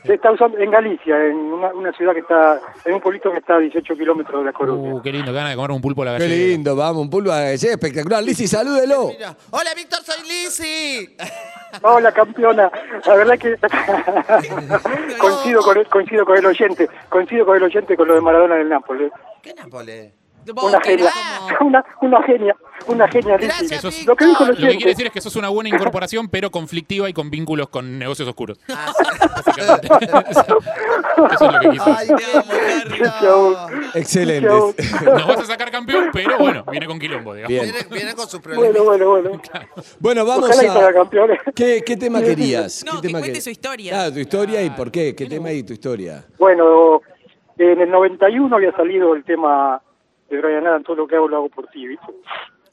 Speaker 9: se está usando en Galicia, en una, una ciudad que está, en un pueblito que está a 18 kilómetros de La Coruña.
Speaker 6: Uh, qué lindo, gana de comer un pulpo a la
Speaker 2: Qué
Speaker 6: gallega.
Speaker 2: lindo, vamos, un pulvo, eh, sí, espectacular. Lizzy, salúdelo.
Speaker 4: Mira. Hola, Víctor, soy Lizzy.
Speaker 9: Hola campeona, la verdad que coincido, con el, coincido con el oyente, coincido con el oyente con lo de Maradona en el Nápoles.
Speaker 4: ¿Qué Nápoles?
Speaker 5: Vos
Speaker 9: Una
Speaker 5: que
Speaker 9: genia, una, una genia, una genia. Lizzy.
Speaker 4: Gracias,
Speaker 6: Eso es-
Speaker 9: lo que dijo el
Speaker 4: Víctor.
Speaker 6: Lo que quiere
Speaker 9: oyente.
Speaker 6: decir es que sos una buena incorporación, pero conflictiva y con vínculos con negocios oscuros.
Speaker 4: Ah,
Speaker 6: Básicamente. Eso es lo que quiso.
Speaker 4: Ay,
Speaker 6: decir.
Speaker 4: qué
Speaker 9: Chau.
Speaker 4: lindo.
Speaker 2: Excelentes.
Speaker 6: Nos vas a sacar campeón, pero bueno, viene con quilombo, digamos.
Speaker 2: Bien.
Speaker 4: Viene, viene con sus problemas.
Speaker 9: Bueno, bueno, bueno.
Speaker 2: Bueno, vamos
Speaker 9: Ojalá y
Speaker 2: a.
Speaker 9: salga campeón.
Speaker 2: ¿Qué, qué tema querías?
Speaker 5: No,
Speaker 2: ¿Qué
Speaker 5: que
Speaker 2: tema
Speaker 5: cuente
Speaker 2: quer-
Speaker 5: su historia. Ah,
Speaker 2: Claro, tu historia y por qué. ¿Qué tema y tu historia?
Speaker 9: Bueno, en el 91 había salido el tema de Brian Adams, todo lo que hago lo hago por ti, ¿viste?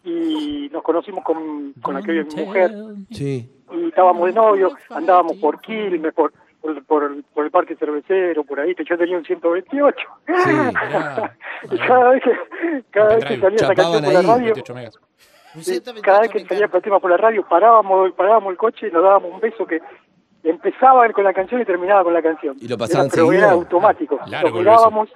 Speaker 9: Y nos conocimos con, con la que hoy es mi mujer,
Speaker 2: Sí.
Speaker 9: y estábamos de novios, andábamos por Quilmes, por, por, por- por el Parque Cervecero, por ahí, que yo tenía un 128.
Speaker 2: Sí.
Speaker 6: Mirá,
Speaker 9: Y cada vez que, cada vez que salía esa canción por
Speaker 2: Chapaban
Speaker 9: la
Speaker 2: ahí,
Speaker 9: radio,
Speaker 6: 28 megas.
Speaker 4: Un 128
Speaker 9: cada vez que
Speaker 4: me
Speaker 9: salía
Speaker 4: encanta.
Speaker 9: el tema por la radio, parábamos, parábamos el coche y nos dábamos un beso que empezaba con la canción y terminaba con la canción.
Speaker 2: ¿Y lo pasaban
Speaker 9: Era- Pero
Speaker 2: seguido?
Speaker 9: era automático.
Speaker 6: Ah, largo
Speaker 9: lo
Speaker 6: el beso.
Speaker 9: mirábamos,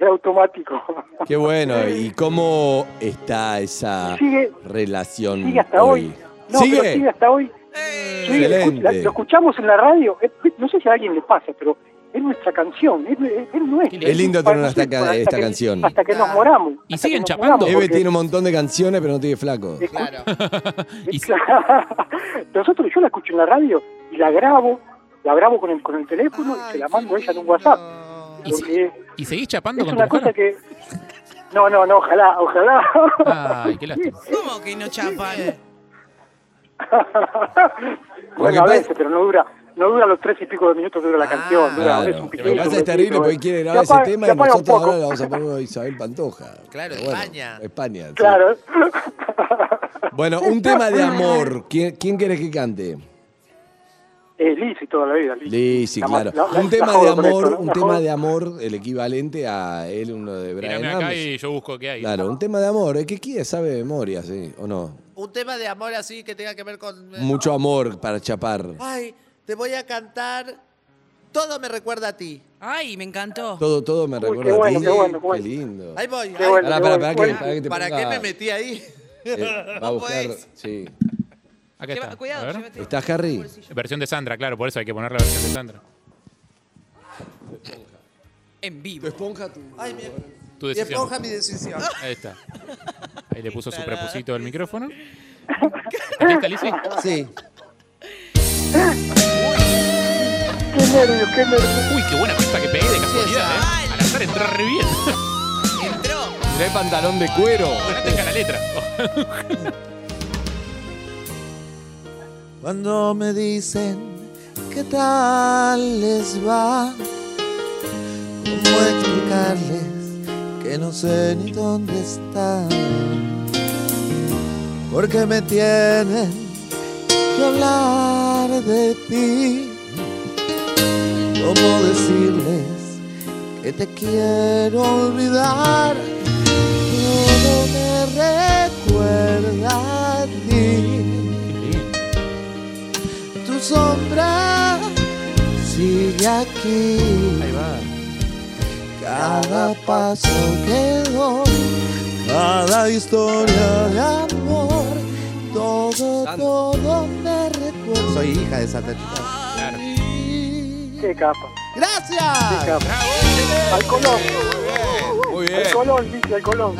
Speaker 9: era automático.
Speaker 2: Qué bueno. ¿Y cómo está esa
Speaker 9: Sigue-
Speaker 2: relación
Speaker 9: sigue hasta hoy. No,
Speaker 2: ¿Sigue?
Speaker 9: pero sigue hasta hoy. Sí, la escu- la-
Speaker 2: Excelente.
Speaker 9: lo escuchamos en la radio, es- no sé si a alguien le pasa, pero es nuestra canción, es, es- es nuestra.
Speaker 2: Es lindo tener esta ca-
Speaker 9: Hasta
Speaker 2: esta
Speaker 9: que-
Speaker 2: canción.
Speaker 9: Hasta que nos moramos.
Speaker 6: ¿Y
Speaker 9: hasta
Speaker 6: siguen
Speaker 9: que nos
Speaker 6: chapando?
Speaker 9: moramos,
Speaker 2: Eve
Speaker 9: porque-
Speaker 2: tiene un montón de canciones, pero no tiene flaco.
Speaker 4: Claro.
Speaker 6: Y-
Speaker 9: Nosotros, yo la escucho en la radio y la grabo, la grabo con el, con el teléfono y se la mando a ella en un WhatsApp.
Speaker 4: Ay,
Speaker 9: Lo que es-
Speaker 6: ¿Y seguís chapando
Speaker 9: Es
Speaker 6: con tu
Speaker 9: una cosa
Speaker 6: mujer?
Speaker 9: que... No, no, no, ojalá, ojalá.
Speaker 6: Ay, qué lástima.
Speaker 5: ¿Cómo que no chapan?
Speaker 9: bueno, a
Speaker 2: pasa-
Speaker 9: veces, pero no dura. No dura los tres y pico de minutos que dura la canción. Dura,
Speaker 2: Claro.
Speaker 9: es un
Speaker 2: Lo
Speaker 9: piquito,
Speaker 2: que pasa
Speaker 9: un
Speaker 2: es terrible
Speaker 9: besito,
Speaker 2: porque
Speaker 9: eh.
Speaker 2: quieren
Speaker 9: Se
Speaker 2: ahora ese
Speaker 9: apaga-
Speaker 2: tema
Speaker 9: se
Speaker 2: y
Speaker 9: apaga un
Speaker 2: nosotros
Speaker 9: poco.
Speaker 2: ahora le vamos a poner a Isabel Pantoja.
Speaker 11: Claro,
Speaker 2: Pero bueno,
Speaker 11: España.
Speaker 2: España. sí.
Speaker 9: Claro.
Speaker 2: Bueno, un tema de amor. ¿Quién, quién querés que cante?
Speaker 9: Es Lizzy toda la vida. Lizzy.
Speaker 2: Lizzy,
Speaker 9: La-
Speaker 2: claro.
Speaker 9: la- la-
Speaker 2: un
Speaker 9: la
Speaker 2: tema de
Speaker 9: jodo con
Speaker 2: amor,
Speaker 9: esto, ¿no?
Speaker 2: un
Speaker 9: La
Speaker 2: tema
Speaker 9: jodo.
Speaker 2: de amor, el equivalente a él, uno de Brian
Speaker 6: Tirame acá
Speaker 2: Adams.
Speaker 6: y yo busco qué hay.
Speaker 2: Claro, un tema de amor. Es que quiere sabe de memoria, sí, o no.
Speaker 11: Un tema de amor así que tenga que ver con...
Speaker 4: eh,
Speaker 2: Mucho amor para chapar.
Speaker 11: Ay, te voy a cantar... Todo me recuerda a ti.
Speaker 5: Ay, me encantó.
Speaker 2: Todo, todo me recuerda
Speaker 9: qué
Speaker 2: a ti.
Speaker 9: bueno, qué bueno, qué bueno.
Speaker 2: lindo.
Speaker 11: Ahí voy.
Speaker 9: Qué
Speaker 11: ahí-
Speaker 9: bueno.
Speaker 2: Pará, pará, pará, que-
Speaker 9: bueno.
Speaker 2: pará que te
Speaker 11: ¿Para
Speaker 2: ponga-
Speaker 11: qué me metí ahí?
Speaker 2: eh, va a
Speaker 11: No
Speaker 2: buscar.
Speaker 11: podés.
Speaker 2: Sí.
Speaker 6: Acá
Speaker 5: Lleva-
Speaker 6: está.
Speaker 5: cuidado,
Speaker 6: A ver.
Speaker 5: llévate-
Speaker 2: ¿Está Harry?
Speaker 6: Versión de Sandra, claro, por eso hay que poner la versión de Sandra.
Speaker 5: En
Speaker 2: Tu
Speaker 5: vivo.
Speaker 2: esponja, tu.
Speaker 11: Ay, mi,
Speaker 6: Tu
Speaker 11: mi
Speaker 6: decisión.
Speaker 11: esponja, mi decisión.
Speaker 6: Ahí está. Ahí le puso su prepucito del micrófono. ¿Aquí está Lizzy?
Speaker 11: Sí.
Speaker 9: Qué nervios, qué nervios.
Speaker 6: Uy, qué buena pista que pegué de casualidad,
Speaker 5: esa.
Speaker 6: ¿eh? Al azar entró re bien.
Speaker 5: Entró.
Speaker 2: Mirá el pantalón de cuero.
Speaker 6: Ahora tenga la letra.
Speaker 11: Cuando me dicen qué tal les va, cómo explicarles que no sé ni dónde están, porque me tienen que hablar de ti, cómo decirles que te quiero olvidar, todo me recuerda a ti tu sombra sigue aquí. Cada paso que doy, cada historia de amor, todo,
Speaker 2: Sandra.
Speaker 11: todo me recuerda. Soy hija de Santa
Speaker 6: Claro.
Speaker 9: Qué capa. Qué
Speaker 11: ¡Gracias!
Speaker 9: capa. Al Colón.
Speaker 2: Muy
Speaker 9: Al Colón, Lizzy, al Colón.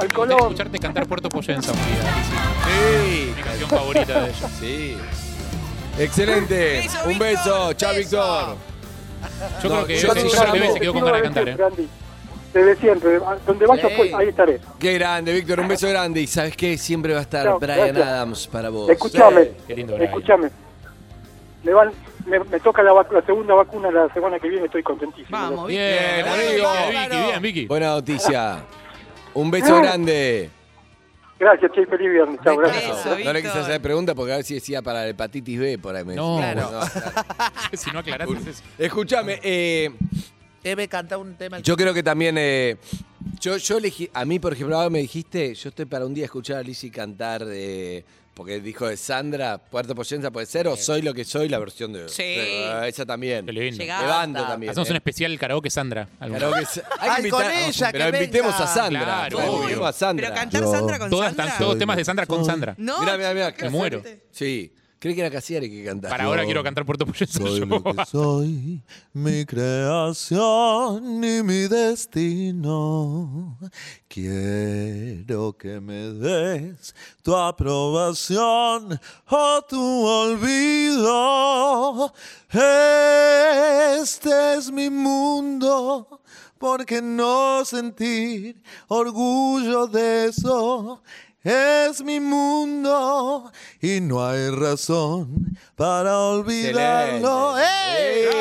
Speaker 9: Al Colón.
Speaker 6: Escucharte cantar Puerto Poyensa un día, Lizzy. Mi canción favorita de ella.
Speaker 2: Sí. Excelente.
Speaker 5: Beso,
Speaker 2: Un
Speaker 5: Víctor.
Speaker 2: beso. Chao,
Speaker 5: Beso.
Speaker 6: Yo
Speaker 2: Víctor. No,
Speaker 6: creo que
Speaker 2: yo
Speaker 6: yo,
Speaker 2: te
Speaker 6: se
Speaker 2: llamo.
Speaker 6: quedó con ganas de cantar, ¿eh?
Speaker 9: Desde siempre, Andy. Desde siempre. A- Donde vayas,
Speaker 2: Sí.
Speaker 9: pues, ahí estaré.
Speaker 2: Qué grande, Víctor. Un beso grande. Y sabes qué? Siempre va a estar
Speaker 9: Chao,
Speaker 2: Brian
Speaker 9: gracias.
Speaker 2: Adams para vos.
Speaker 9: Escuchame.
Speaker 6: Qué lindo Brian.
Speaker 9: Escúchame. Me, van, me, me toca la, vacu- la segunda vacuna la semana que viene, estoy contentísimo.
Speaker 5: Vamos, Vicky.
Speaker 6: Bien,
Speaker 2: Claro,
Speaker 6: amigo.
Speaker 2: claro.
Speaker 6: Vicky, bien, Vicky.
Speaker 2: Buena noticia. Un beso grande.
Speaker 9: Gracias, Che, feliz viernes. Chao, gracias.
Speaker 5: Beso,
Speaker 2: no le quise
Speaker 5: Víctor.
Speaker 2: hacer pregunta porque a ver si decía para la hepatitis B por ahí. me
Speaker 6: No.
Speaker 2: decía.
Speaker 6: Claro.
Speaker 2: No, claro.
Speaker 6: Si no aclaraste eso.
Speaker 2: Escúchame, eh,
Speaker 11: Debe cantar un tema.
Speaker 2: yo creo que también. eh, yo, yo elegí. A mí, por ejemplo, ahora me dijiste. Yo estoy para un día escuchar a Lizzy cantar. eh, porque dijo de Sandra, Puerto Poyenza puede ser, o Soy lo que soy, la versión de.
Speaker 5: Sí.
Speaker 2: de- ah, esa también.
Speaker 6: Qué lindo.
Speaker 5: Llegá.
Speaker 2: De banda también.
Speaker 6: Hacemos
Speaker 2: eh.
Speaker 6: un especial karaoke Sandra. algún día.
Speaker 2: Claro que sí. Hay que
Speaker 11: Ay, con
Speaker 2: invitar-
Speaker 11: ella,
Speaker 2: pero
Speaker 11: que
Speaker 2: invitemos
Speaker 11: venga.
Speaker 2: a Sandra.
Speaker 6: Claro,
Speaker 2: Pero
Speaker 6: obvio.
Speaker 2: invitemos a Sandra.
Speaker 5: Pero cantar Sandra con
Speaker 6: Todas
Speaker 5: Sandra.
Speaker 6: están- todos temas de Sandra con Sandra.
Speaker 5: No,
Speaker 2: Mirá, mirá, mirá.
Speaker 6: Me muero.
Speaker 2: Sí. Creí que era Casiari que cantaba.
Speaker 6: Para ahora quiero cantar Puerto Poyensa.
Speaker 11: Soy
Speaker 6: yo.
Speaker 11: lo que soy, mi creación y mi destino. Quiero que me des tu aprobación o tu olvido. Este es mi mundo. Porque no sentir orgullo de eso es mi mundo y no hay razón para olvidarlo. ¡Ey!
Speaker 6: Qué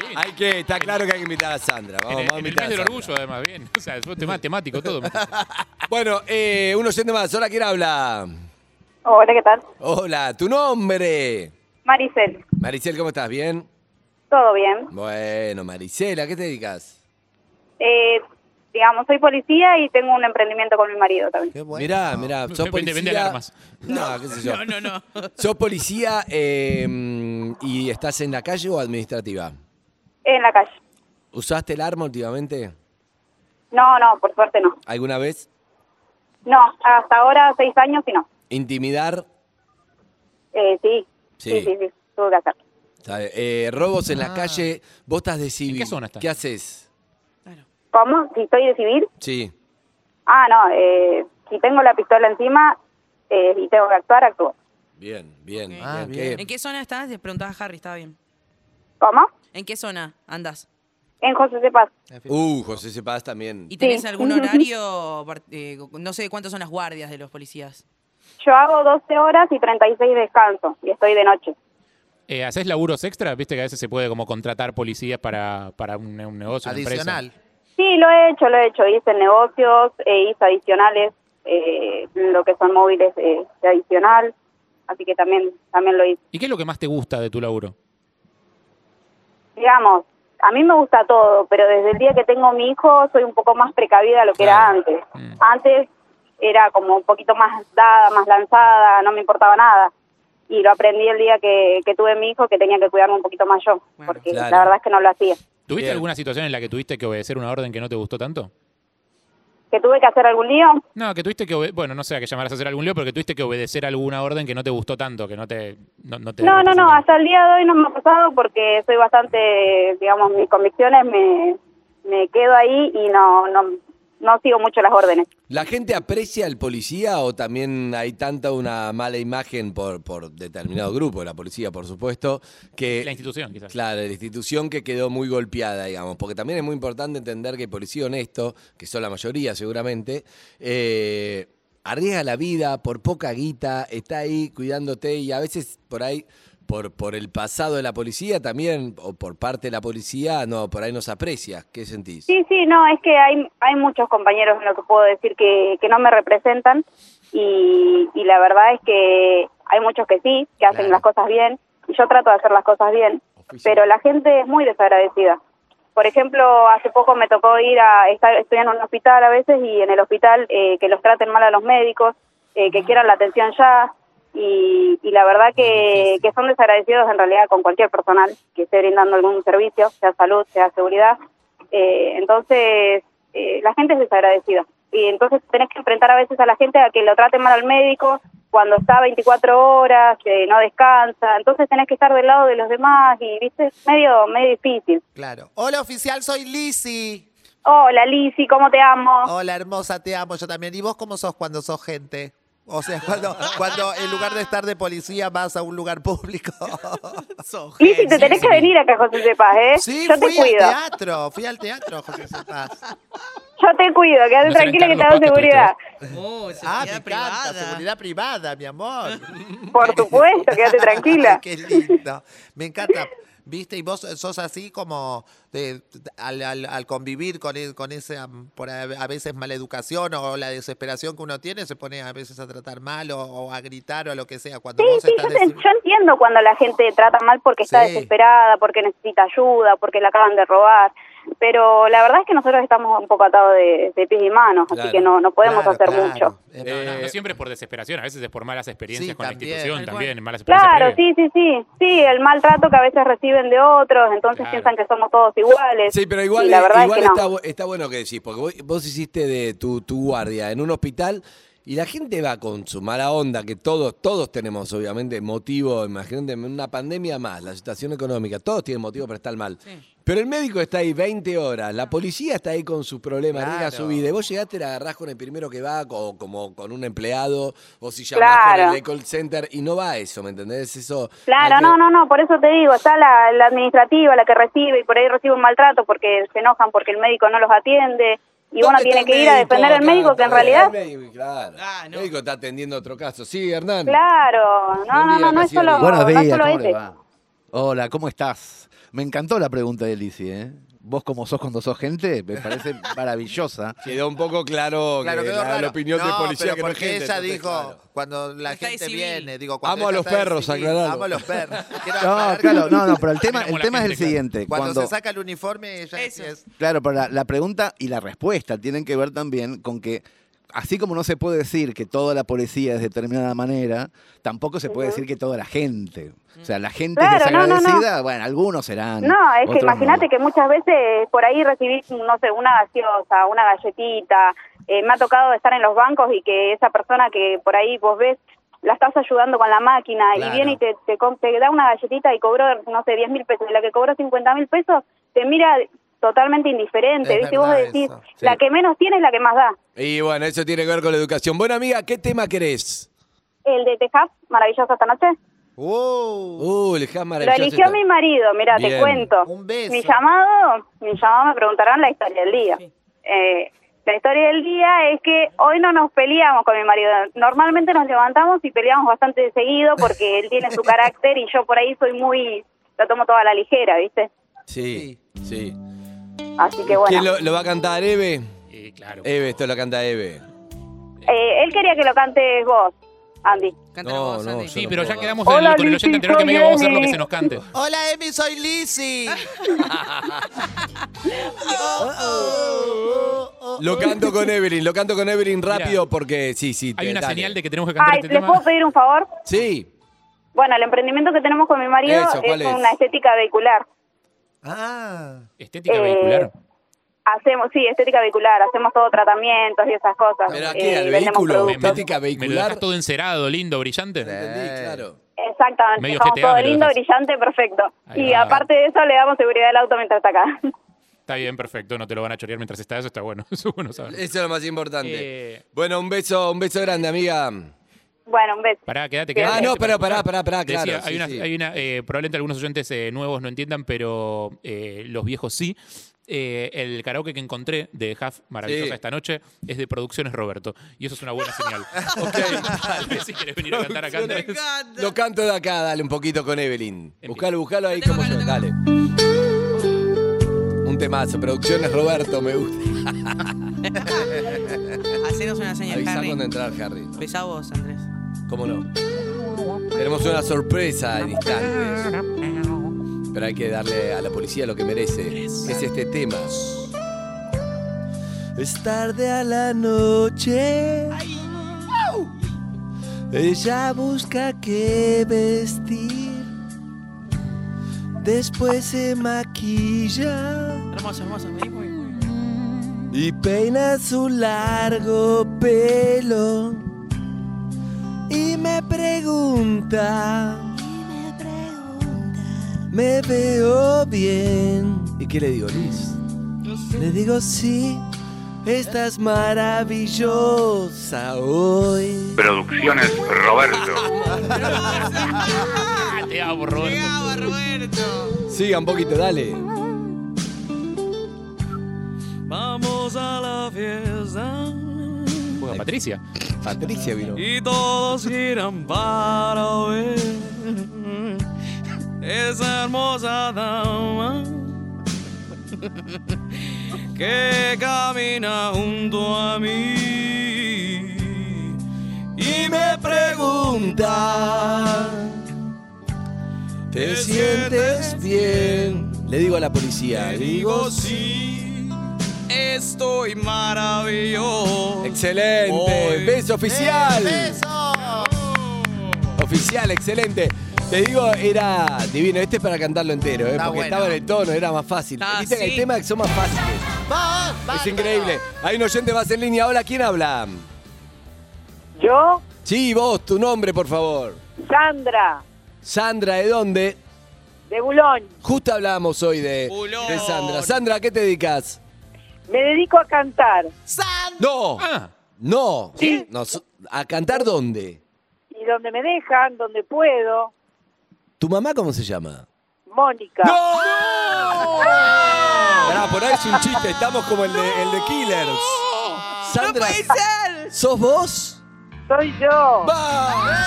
Speaker 6: lindo.
Speaker 2: Hay que, está claro que hay que invitar a Sandra. Vamos,
Speaker 6: En el,
Speaker 2: vamos a
Speaker 6: en el mes
Speaker 2: invitar a
Speaker 6: del
Speaker 2: Sandra.
Speaker 6: orgullo, además, bien. O sea, es un tema temático todo.
Speaker 2: Bueno, eh, un oyente más. Hola, ¿quién habla?
Speaker 12: Hola, ¿qué tal?
Speaker 2: Hola, tu nombre.
Speaker 12: Maricel,
Speaker 2: Maricel, ¿cómo estás? ¿Bien?
Speaker 12: todo bien.
Speaker 2: Bueno, Maricela, ¿qué te dedicas?
Speaker 12: Eh, digamos, soy policía y tengo un emprendimiento con mi marido también.
Speaker 11: Qué bueno.
Speaker 2: Mirá, mirá, sos
Speaker 6: Vende-
Speaker 2: policía.
Speaker 6: vende alarmas.
Speaker 2: No, qué sé yo.
Speaker 5: No, no, no.
Speaker 2: ¿Sos policía eh, y estás en la calle o administrativa?
Speaker 12: En la calle.
Speaker 2: ¿Usaste el arma últimamente?
Speaker 12: No, no, por suerte no.
Speaker 2: ¿Alguna vez?
Speaker 12: No, hasta ahora seis años y no.
Speaker 2: ¿Intimidar?
Speaker 12: Eh, sí.
Speaker 2: Sí.
Speaker 12: Sí, sí, sí, tuve que hacer.
Speaker 2: ¿Sabe? Eh, robos
Speaker 5: Ah.
Speaker 2: en la calle, vos estás de civil.
Speaker 6: qué zona estás?
Speaker 2: ¿Qué haces?
Speaker 12: ¿Cómo? Si estoy de civil.
Speaker 2: Sí.
Speaker 12: Ah, no, eh, si tengo la pistola encima eh, y tengo que actuar, actúo.
Speaker 2: Bien, bien.
Speaker 5: Ok.
Speaker 11: Ah,
Speaker 2: ¿Qué-
Speaker 5: ¿En qué zona estás? Le preguntaba a Harry, estaba bien.
Speaker 12: ¿Cómo?
Speaker 5: ¿En qué zona andas?
Speaker 12: En José de Paz.
Speaker 2: Uh, José Cepaz también.
Speaker 5: ¿Y tenés
Speaker 12: Sí.
Speaker 5: algún horario? par- eh, no sé cuántos son las guardias de los policías.
Speaker 12: Yo hago 12 horas y 36 descanso y estoy de noche.
Speaker 6: Eh, ¿Haces laburos extra? Viste que a veces se puede como contratar policías para, para un, un negocio, una empresa.
Speaker 4: Adicional.
Speaker 12: Sí, lo he hecho, lo he hecho. Hice negocios, eh, hice adicionales, eh, lo que son móviles eh, de adicional. Así que también, también lo hice.
Speaker 6: ¿Y qué es lo que más te gusta de tu laburo?
Speaker 12: Digamos, a mí me gusta todo, pero desde el día que tengo mi hijo soy un poco más precavida de lo que era
Speaker 6: Claro.
Speaker 12: antes.
Speaker 6: Mm.
Speaker 12: Antes era como un poquito más dada, más lanzada, no me importaba nada. Y lo aprendí el día que, que tuve mi hijo, que tenía que cuidarme un poquito más yo,
Speaker 5: Bueno,
Speaker 12: porque
Speaker 2: claro.
Speaker 12: la verdad es que no lo hacía.
Speaker 6: ¿Tuviste
Speaker 2: Bien.
Speaker 6: alguna situación en la que tuviste que obedecer una orden que no te gustó tanto?
Speaker 12: ¿Que tuve que hacer algún lío?
Speaker 6: No, que tuviste que, obe- bueno, no sé a qué llamarás a hacer algún lío, pero que tuviste que obedecer alguna orden que no te gustó tanto, que no te... No, no, te
Speaker 12: No, no, no,
Speaker 6: representaba.
Speaker 12: hasta el día de hoy no me ha pasado porque soy bastante, digamos, mis convicciones me, me quedo ahí y no, no, no sigo mucho las órdenes.
Speaker 2: ¿La gente aprecia al policía o también hay tanta una mala imagen por, por determinado grupo, la policía, por supuesto, que...
Speaker 6: La institución, quizás.
Speaker 2: Claro, la institución que quedó muy golpeada, digamos, porque también es muy importante entender que el policía honesto, que son la mayoría seguramente, eh, arriesga la vida por poca guita, está ahí cuidándote y a veces por ahí, por, por el pasado de la policía también, o por parte de la policía, no, por ahí nos aprecia. ¿Qué sentís?
Speaker 12: Sí, sí, no, es que hay, hay muchos compañeros en lo que puedo decir que, que no me representan y, y la verdad es que hay muchos que sí, que hacen
Speaker 2: Claro.
Speaker 12: las cosas bien y yo trato de hacer las cosas bien,
Speaker 2: Oficio.
Speaker 12: pero la gente es muy desagradecida. Por ejemplo, hace poco me tocó ir a estar, estoy en un hospital a veces y en el hospital eh, que los traten mal a los médicos, eh, que quieran la atención ya y, y la verdad que, que son desagradecidos en realidad con cualquier personal que esté brindando algún servicio, sea salud, sea seguridad. Eh, entonces, eh, la gente es desagradecida. Y entonces tenés que enfrentar a veces a la gente a que lo trate mal al médico cuando está 24 horas, que no descansa. Entonces tenés que estar del lado de los demás y, viste, es medio, medio difícil.
Speaker 4: Claro. Hola, oficial, soy Lizzy.
Speaker 12: Hola, Lisi, ¿cómo te amo?
Speaker 4: Hola, hermosa, te amo yo también. ¿Y vos cómo sos cuando sos gente? O sea, cuando, cuando en lugar de estar de policía vas a un lugar público.
Speaker 12: Lisi, te tenés que venir acá, José de Paz, ¿eh?
Speaker 4: Sí,
Speaker 12: Yo te
Speaker 4: fui al
Speaker 12: cuido.
Speaker 4: teatro, fui al teatro, José Cepaz.
Speaker 12: Yo te cuido, quédate
Speaker 6: No será en
Speaker 12: tranquila que te hago
Speaker 6: Carlos Paz que
Speaker 12: seguridad.
Speaker 5: Oh,
Speaker 4: Ah, me
Speaker 5: seguridad
Speaker 4: encanta,
Speaker 5: privada.
Speaker 4: seguridad privada, mi amor.
Speaker 12: Por supuesto, quédate tranquila.
Speaker 4: Qué lindo. Me encanta. ¿Viste? Y vos sos así como de- al, al- al convivir con, e- con esa mm, por a, a veces maleducación o la desesperación que uno tiene, se pone a veces a tratar mal o, o a gritar o lo que sea. Cuando
Speaker 12: Sí,
Speaker 4: vos
Speaker 12: sí,
Speaker 4: estás
Speaker 12: yo, te-
Speaker 4: desi-
Speaker 12: yo entiendo cuando la gente trata mal porque está
Speaker 4: Sí.
Speaker 12: desesperada, porque necesita ayuda, porque la acaban de robar. Pero la verdad es que nosotros estamos un poco atados de, de pies y manos,
Speaker 2: Claro,
Speaker 12: así que no, no podemos
Speaker 4: Claro,
Speaker 12: hacer
Speaker 4: claro.
Speaker 12: mucho.
Speaker 4: Eh,
Speaker 6: No, no,
Speaker 4: no,
Speaker 6: no
Speaker 4: no,
Speaker 6: siempre es por desesperación, a veces es por malas experiencias
Speaker 4: Sí,
Speaker 6: con
Speaker 4: también.
Speaker 6: la institución
Speaker 5: Tal cual.
Speaker 6: también, malas experiencias
Speaker 12: Claro,
Speaker 6: previas.
Speaker 12: sí, sí, sí, sí, el mal trato que a veces reciben de otros, entonces
Speaker 6: Claro.
Speaker 12: piensan que somos todos iguales.
Speaker 2: Sí, pero igual,
Speaker 12: Y la
Speaker 2: eh,
Speaker 12: verdad
Speaker 2: igual
Speaker 12: es que
Speaker 2: está,
Speaker 12: no.
Speaker 2: bu- está bueno que decís, porque vos, vos hiciste de tu, tu guardia en un hospital y la gente va con su mala onda, que todos, todos tenemos obviamente motivo, imagínate, una pandemia más, la situación económica, todos tienen motivo para estar mal. Pero el médico está ahí 20 horas, la policía está ahí con sus problemas, arriesga su
Speaker 4: Claro.
Speaker 2: vida. Y vos llegaste, la agarrás con el primero que va, o como con un empleado, o si llamás con
Speaker 12: Claro.
Speaker 2: el de call center, y no va eso, ¿me entendés? Eso.
Speaker 12: Claro,
Speaker 2: hay que-
Speaker 12: no, no, no, por eso te digo, está la, la administrativa, la que recibe, y por ahí recibe un maltrato porque se enojan porque el médico no los atiende, y
Speaker 2: ¿Dónde
Speaker 12: uno
Speaker 2: está
Speaker 12: tiene
Speaker 2: el
Speaker 12: que ir a
Speaker 2: médico?
Speaker 12: defender al médico
Speaker 2: Claro,
Speaker 12: que en
Speaker 2: ¿dónde está
Speaker 12: realidad...
Speaker 2: El médico, claro.
Speaker 5: Ah, no.
Speaker 2: El médico está atendiendo otro caso. Sí, Hernán.
Speaker 12: Claro, no,
Speaker 2: Buen
Speaker 12: no,
Speaker 2: día,
Speaker 12: no, no es
Speaker 2: Cassiano.
Speaker 12: solo,
Speaker 13: Buenos
Speaker 2: Buenos
Speaker 12: no es
Speaker 13: días,
Speaker 12: solo
Speaker 13: ¿cómo le
Speaker 12: ese.
Speaker 13: va? Hola, ¿cómo estás? Me encantó la pregunta de Lizzy, ¿eh? Vos como sos cuando sos gente, me parece maravillosa.
Speaker 2: Quedó un poco claro,
Speaker 4: Claro,
Speaker 2: que
Speaker 4: quedó
Speaker 2: la, la
Speaker 4: raro.
Speaker 2: opinión del
Speaker 4: No,
Speaker 2: policía
Speaker 4: pero
Speaker 2: que no es
Speaker 4: porque
Speaker 2: gente,
Speaker 4: ella
Speaker 2: entonces,
Speaker 4: dijo,
Speaker 2: claro.
Speaker 4: cuando la
Speaker 5: Está de
Speaker 4: gente
Speaker 5: civil.
Speaker 4: viene, digo, cuando
Speaker 2: Amo a
Speaker 4: ella
Speaker 2: los
Speaker 4: está de
Speaker 2: perros,
Speaker 4: civil,
Speaker 2: aclaralo.
Speaker 4: Amo a los perros. Quiero
Speaker 13: No,
Speaker 4: aclarar
Speaker 13: claro,
Speaker 4: que
Speaker 13: no, no, pero el tema,
Speaker 6: Como
Speaker 13: el
Speaker 6: la
Speaker 13: tema es el
Speaker 6: gente, claro.
Speaker 13: siguiente.
Speaker 4: Cuando,
Speaker 13: Cuando,
Speaker 4: se saca el uniforme, ella
Speaker 5: Eso.
Speaker 4: es...
Speaker 13: Claro, pero la, la pregunta y la respuesta tienen que ver también con que, así como no se puede decir que toda la policía es de determinada manera, tampoco se puede decir que toda la gente. O sea, la gente es
Speaker 12: Claro, no, no, no.
Speaker 13: desagradecida, bueno, algunos serán.
Speaker 12: No, es que
Speaker 13: otros
Speaker 12: imagínate
Speaker 13: no.
Speaker 12: que muchas veces por ahí recibís, no sé, una gaseosa, una galletita. Eh, me ha tocado estar en los bancos y que esa persona que por ahí vos ves, la estás ayudando con la máquina
Speaker 4: Claro.
Speaker 12: y viene y te, te, com- te da una galletita y cobró, no sé, 10 mil pesos. Y la que cobró 50 mil pesos te mira totalmente indiferente.
Speaker 4: Es
Speaker 12: ¿viste? Y Vos
Speaker 4: verdad
Speaker 12: decís,
Speaker 4: eso,
Speaker 12: la que menos tiene es la que más da.
Speaker 2: Y bueno, eso tiene que ver con la educación. Buena amiga, ¿qué tema querés?
Speaker 12: El de Texas, maravilloso esta noche.
Speaker 4: ¡Uh!
Speaker 2: Uh, el jazz
Speaker 12: Lo
Speaker 2: maravilloso.
Speaker 12: eligió
Speaker 2: está.
Speaker 12: mi marido, mira, te
Speaker 2: Bien.
Speaker 12: cuento.
Speaker 4: Un beso.
Speaker 12: Mi llamado, mi llamado me preguntarán la historia del día. Eh, la historia del día es que hoy no nos peleamos con mi marido. Normalmente nos levantamos y peleamos bastante seguido porque él tiene su carácter y yo por ahí soy muy, lo tomo toda a la ligera, ¿viste?
Speaker 2: Sí, sí.
Speaker 12: Así que bueno.
Speaker 2: ¿Quién lo, lo va a cantar, Eve?
Speaker 6: Eh, claro.
Speaker 2: Eve, esto lo canta Eve.
Speaker 12: Eh, él quería que lo cantes vos, Andy.
Speaker 5: Cántalo
Speaker 2: No,
Speaker 5: vos,
Speaker 2: no,
Speaker 5: Andy.
Speaker 2: yo
Speaker 6: Sí,
Speaker 2: no
Speaker 6: pero ya
Speaker 2: puedo.
Speaker 6: quedamos
Speaker 7: Hola,
Speaker 6: el- con el
Speaker 7: Lizzy,
Speaker 6: oyente anterior que
Speaker 7: soy
Speaker 6: medio vamos a hacer lo que
Speaker 7: Emi.
Speaker 6: se nos cante.
Speaker 4: Hola, Emi, soy Lizzy.
Speaker 12: Oh.
Speaker 2: Lo canto con Evelyn, lo canto con Evelyn rápido porque sí, sí.
Speaker 6: Hay
Speaker 2: te-
Speaker 6: una
Speaker 2: dale.
Speaker 6: señal de que tenemos que cantar
Speaker 12: Ay,
Speaker 6: este
Speaker 12: ¿les puedo
Speaker 6: tema.
Speaker 12: pedir un favor?
Speaker 2: Sí,
Speaker 12: Bueno, el emprendimiento que tenemos con mi marido
Speaker 2: Eso,
Speaker 12: es,
Speaker 2: ¿cuál es?
Speaker 12: una estética vehicular.
Speaker 4: Ah.
Speaker 6: Estética
Speaker 12: Eh,
Speaker 6: vehicular.
Speaker 12: Hacemos, sí, estética vehicular, hacemos todo tratamientos y esas cosas.
Speaker 2: pero aquí
Speaker 12: Eh,
Speaker 2: al
Speaker 12: vendemos
Speaker 2: vehículo,
Speaker 12: productos. Eh.
Speaker 2: estética
Speaker 6: Me lo
Speaker 2: vehicular.
Speaker 6: dejas todo encerado, lindo, brillante.
Speaker 2: Entendí, claro.
Speaker 12: Exactamente,
Speaker 6: Medio
Speaker 12: dejamos
Speaker 6: GTA
Speaker 12: todo
Speaker 6: me lo
Speaker 12: lindo,
Speaker 6: dejas.
Speaker 12: brillante, perfecto.
Speaker 6: Ahí
Speaker 12: Y
Speaker 6: va.
Speaker 12: aparte de eso, le damos seguridad al auto mientras está acá.
Speaker 6: Está bien, perfecto. No te lo van a chorear mientras está. Eso está bueno. Eso es bueno saber.
Speaker 2: Eso es lo más importante.
Speaker 6: Eh.
Speaker 2: Bueno, un beso, un beso grande, amiga.
Speaker 12: Bueno, un beso.
Speaker 6: Pará, quédate,
Speaker 12: Bien.
Speaker 6: quédate.
Speaker 2: Ah, no,
Speaker 6: para
Speaker 2: pero pará,
Speaker 6: escuchar.
Speaker 2: pará, pará, claro,
Speaker 6: Decía, hay
Speaker 2: sí,
Speaker 6: una,
Speaker 2: sí.
Speaker 6: hay una, eh, probablemente algunos oyentes eh, nuevos no entiendan, pero eh, los viejos sí. Eh, el karaoke que encontré de Half Maravillosa
Speaker 2: Sí.
Speaker 6: esta noche es de Producciones Roberto. Y eso es una buena señal.
Speaker 2: Ok.
Speaker 6: si quieres venir a cantar acá, Andrés.
Speaker 2: Lo canto de acá, dale un poquito con Evelyn.
Speaker 6: Empieza.
Speaker 2: Buscalo, buscalo ahí
Speaker 5: Lo tengo
Speaker 2: como
Speaker 5: acá,
Speaker 2: suena.
Speaker 5: lo
Speaker 2: Dale. Un temazo, producciones Roberto, me gusta.
Speaker 5: Hacenos una señal,
Speaker 2: Avisá cuando
Speaker 5: Harry.
Speaker 2: entrar, Harry.
Speaker 5: Besá vos, Andrés.
Speaker 2: ¿Cómo no? Tenemos una sorpresa en instantes. Pero hay que darle a la policía lo que merece. Es este tema. Es tarde a la noche. ¡Au! Ella busca qué vestir. Después se maquilla
Speaker 5: Hermoso, hermoso. Vení, muy bien.
Speaker 2: y peina su largo pelo y me pregunta, me veo bien. ¿Y qué le digo, Liz? Le digo sí, estás maravillosa hoy.
Speaker 9: Producciones Roberto.
Speaker 6: Ah, te amo, Roberto.
Speaker 5: Bravo, Roberto.
Speaker 2: Siga un poquito, dale.
Speaker 8: Vamos a la fiesta
Speaker 6: Juega Patricia.
Speaker 2: Eh, Patricia vino.
Speaker 8: y todos giran para ver esa hermosa dama que camina junto a mí y me
Speaker 2: pregunta, ¿te sientes bien? Le digo a la policía, le digo
Speaker 8: sí,
Speaker 2: sí.
Speaker 8: estoy maravilloso.
Speaker 2: Excelente,
Speaker 8: Hoy.
Speaker 2: Oh, beso oficial.
Speaker 4: ¡Beso!
Speaker 2: Oficial, excelente. Te digo, era divino. Este es para cantarlo entero, ¿eh?
Speaker 4: Está
Speaker 2: porque
Speaker 4: bueno.
Speaker 2: estaba en el tono, era más fácil.
Speaker 5: Ah,
Speaker 2: Viste que
Speaker 5: sí.
Speaker 2: hay temas que son más fáciles.
Speaker 4: ¡Vamos!
Speaker 2: Es
Speaker 4: bárbaro!
Speaker 2: increíble. Hay un oyente más en línea. Hola, ¿quién habla?
Speaker 7: Yo,
Speaker 2: Sí, vos, tu nombre, por favor.
Speaker 7: Sandra,
Speaker 2: Sandra, ¿de dónde?
Speaker 7: de Bulón,
Speaker 2: Justo hablábamos hoy de,
Speaker 6: Pulón.
Speaker 2: de Sandra. Sandra, ¿a qué te dedicas?
Speaker 7: me dedico a cantar
Speaker 4: ¡San!
Speaker 2: No,
Speaker 6: Ah,
Speaker 2: no. No, so- ¿A cantar dónde?
Speaker 7: y donde me dejan, donde puedo,
Speaker 2: ¿Tu mamá cómo se llama?
Speaker 7: Mónica.
Speaker 2: ¡No! Pará, por ahí es un chiste. Estamos como el de, el de Killers. Sandra, ¿sos vos?
Speaker 7: Soy yo,
Speaker 2: ¡Va!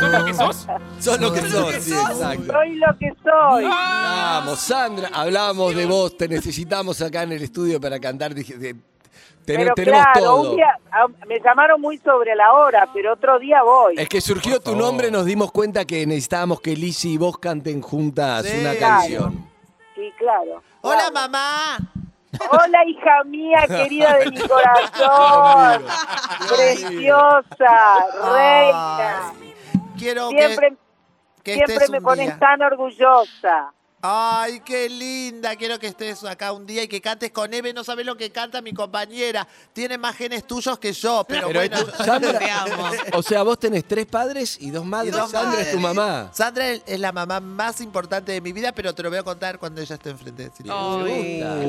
Speaker 6: ¿sos lo que sos?
Speaker 2: Sos lo que sos, sí, exacto.
Speaker 7: soy lo que soy.
Speaker 2: Vamos, Sandra, hablamos de vos. Te necesitamos acá en el estudio para cantar. Dije, de- ten-
Speaker 7: Pero
Speaker 2: tenemos
Speaker 7: claro,
Speaker 2: todo.
Speaker 7: un día ah, me llamaron muy sobre la hora, pero otro día voy.
Speaker 2: Es que surgió tu nombre, nos dimos cuenta que necesitábamos que Lizzie y vos canten juntas
Speaker 4: Sí.
Speaker 2: una canción.
Speaker 7: Sí, claro.
Speaker 4: ¡Hola,
Speaker 7: Claro.
Speaker 4: mamá!
Speaker 7: Hola, hija mía, querida de mi corazón. Preciosa,
Speaker 12: Ah.
Speaker 7: reina.
Speaker 4: Ay, Quiero
Speaker 7: Siempre,
Speaker 4: que, que
Speaker 7: siempre
Speaker 4: estés
Speaker 7: me
Speaker 4: un
Speaker 7: pones
Speaker 4: día.
Speaker 7: tan orgullosa.
Speaker 4: Ay, qué linda. Quiero que estés acá un día y que cantes con Eve. No sabes lo que canta mi compañera. Tiene más genes tuyos que yo, pero,
Speaker 2: Pero
Speaker 4: bueno.
Speaker 2: esto- Sandra,
Speaker 5: Te amo.
Speaker 2: o sea, vos tenés tres padres y dos madres.
Speaker 4: Y dos
Speaker 2: Sandra es tu
Speaker 4: madres.
Speaker 2: mamá.
Speaker 4: Sandra es es la mamá más importante de mi vida, pero te lo voy a contar cuando ella esté enfrente. Si te-
Speaker 5: Ay.
Speaker 6: Uh,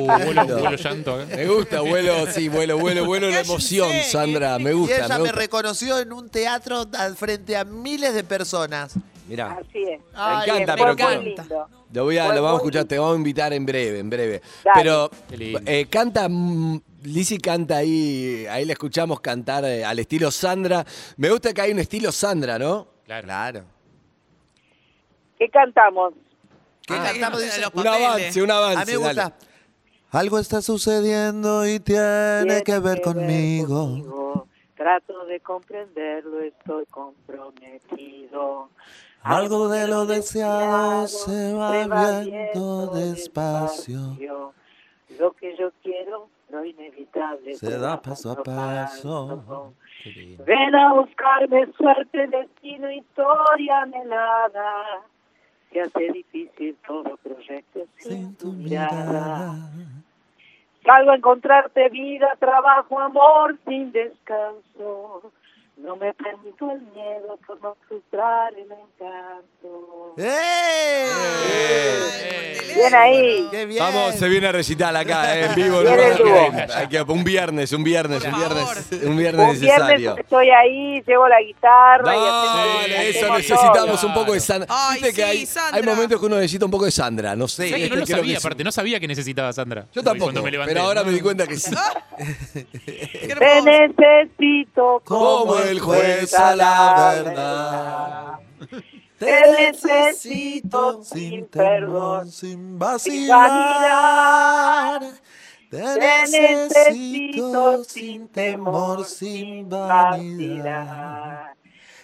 Speaker 2: Qué
Speaker 6: vuelo,
Speaker 2: lindo.
Speaker 6: vuelo llanto. ¿eh? acá.
Speaker 2: Ah, Me gusta, vuelo, sí, vuelo, vuelo, vuelo la emoción, Sandra. Me
Speaker 4: Y
Speaker 2: gusta,
Speaker 4: ella
Speaker 2: este me
Speaker 4: me
Speaker 2: gusta.
Speaker 4: reconoció en un teatro al frente a miles de personas.
Speaker 2: mirá.
Speaker 7: Así es.
Speaker 2: Me encanta, pero
Speaker 7: muy
Speaker 2: bueno.
Speaker 7: lindo.
Speaker 2: Lo, voy a,
Speaker 7: Fue
Speaker 2: lo vamos a
Speaker 7: muy-
Speaker 2: escuchar, te vamos a invitar en breve, en breve.
Speaker 7: Dale.
Speaker 2: Pero
Speaker 6: Qué lindo.
Speaker 2: eh, canta, mm, Lizzy canta ahí, ahí la escuchamos cantar eh, al estilo Sandra. Me gusta que hay un estilo Sandra, ¿no?
Speaker 6: Claro.
Speaker 4: Claro.
Speaker 7: ¿Qué cantamos?
Speaker 4: ¿Qué
Speaker 2: Ah,
Speaker 4: cantamos? Dice-
Speaker 5: Los
Speaker 2: Un
Speaker 5: papeles.
Speaker 2: avance, un avance.
Speaker 4: A mí me gusta.
Speaker 2: dale.
Speaker 4: Algo está sucediendo y tiene que ver conmigo.
Speaker 7: Trato de comprenderlo, estoy comprometido.
Speaker 4: Algo de lo deseado se va viendo despacio.
Speaker 7: Lo que yo quiero, lo inevitable.
Speaker 4: Se da paso a paso.
Speaker 7: Ven a buscarme suerte, destino, historia anhelada. Se hace difícil todo proyecto sin tu mirada. Salgo a encontrarte vida, trabajo, amor sin descanso. No me permito el miedo por no frustrar el encanto.
Speaker 4: ¡Eh!
Speaker 7: Bien ahí.
Speaker 4: ¡Qué bien!
Speaker 2: Vamos, se viene a recital acá, eh, en vivo. ¿no?
Speaker 7: Viene el dúo.
Speaker 2: Hay que- un viernes, un viernes, un viernes, un viernes
Speaker 7: Un
Speaker 2: necesario.
Speaker 7: viernes estoy ahí, llevo la guitarra y hacemos-
Speaker 2: Dale, eso
Speaker 7: hacemos
Speaker 2: necesitamos
Speaker 7: todo.
Speaker 2: un poco de Sandra.
Speaker 5: Ay,
Speaker 2: Viste que
Speaker 5: sí,
Speaker 2: hay,
Speaker 5: Sandra.
Speaker 2: hay momentos que uno necesita un poco de Sandra, no sé.
Speaker 6: ¿Sabés que no
Speaker 2: este,
Speaker 6: lo
Speaker 2: creo
Speaker 6: sabía,
Speaker 2: que sí.
Speaker 6: aparte, no sabía que necesitaba a Sandra.
Speaker 2: Yo
Speaker 6: Cuando
Speaker 2: tampoco,
Speaker 6: me levanté.
Speaker 2: pero ahora
Speaker 6: No,
Speaker 2: me di
Speaker 6: no.
Speaker 2: cuenta que sí.
Speaker 5: Qué
Speaker 7: Te
Speaker 5: hermoso.
Speaker 7: necesito
Speaker 2: Como el juez a la verdad.
Speaker 7: Te necesito sin perdón,
Speaker 4: sin
Speaker 7: sin vacilar.
Speaker 4: Te
Speaker 7: necesito sin temor, sin vacilar.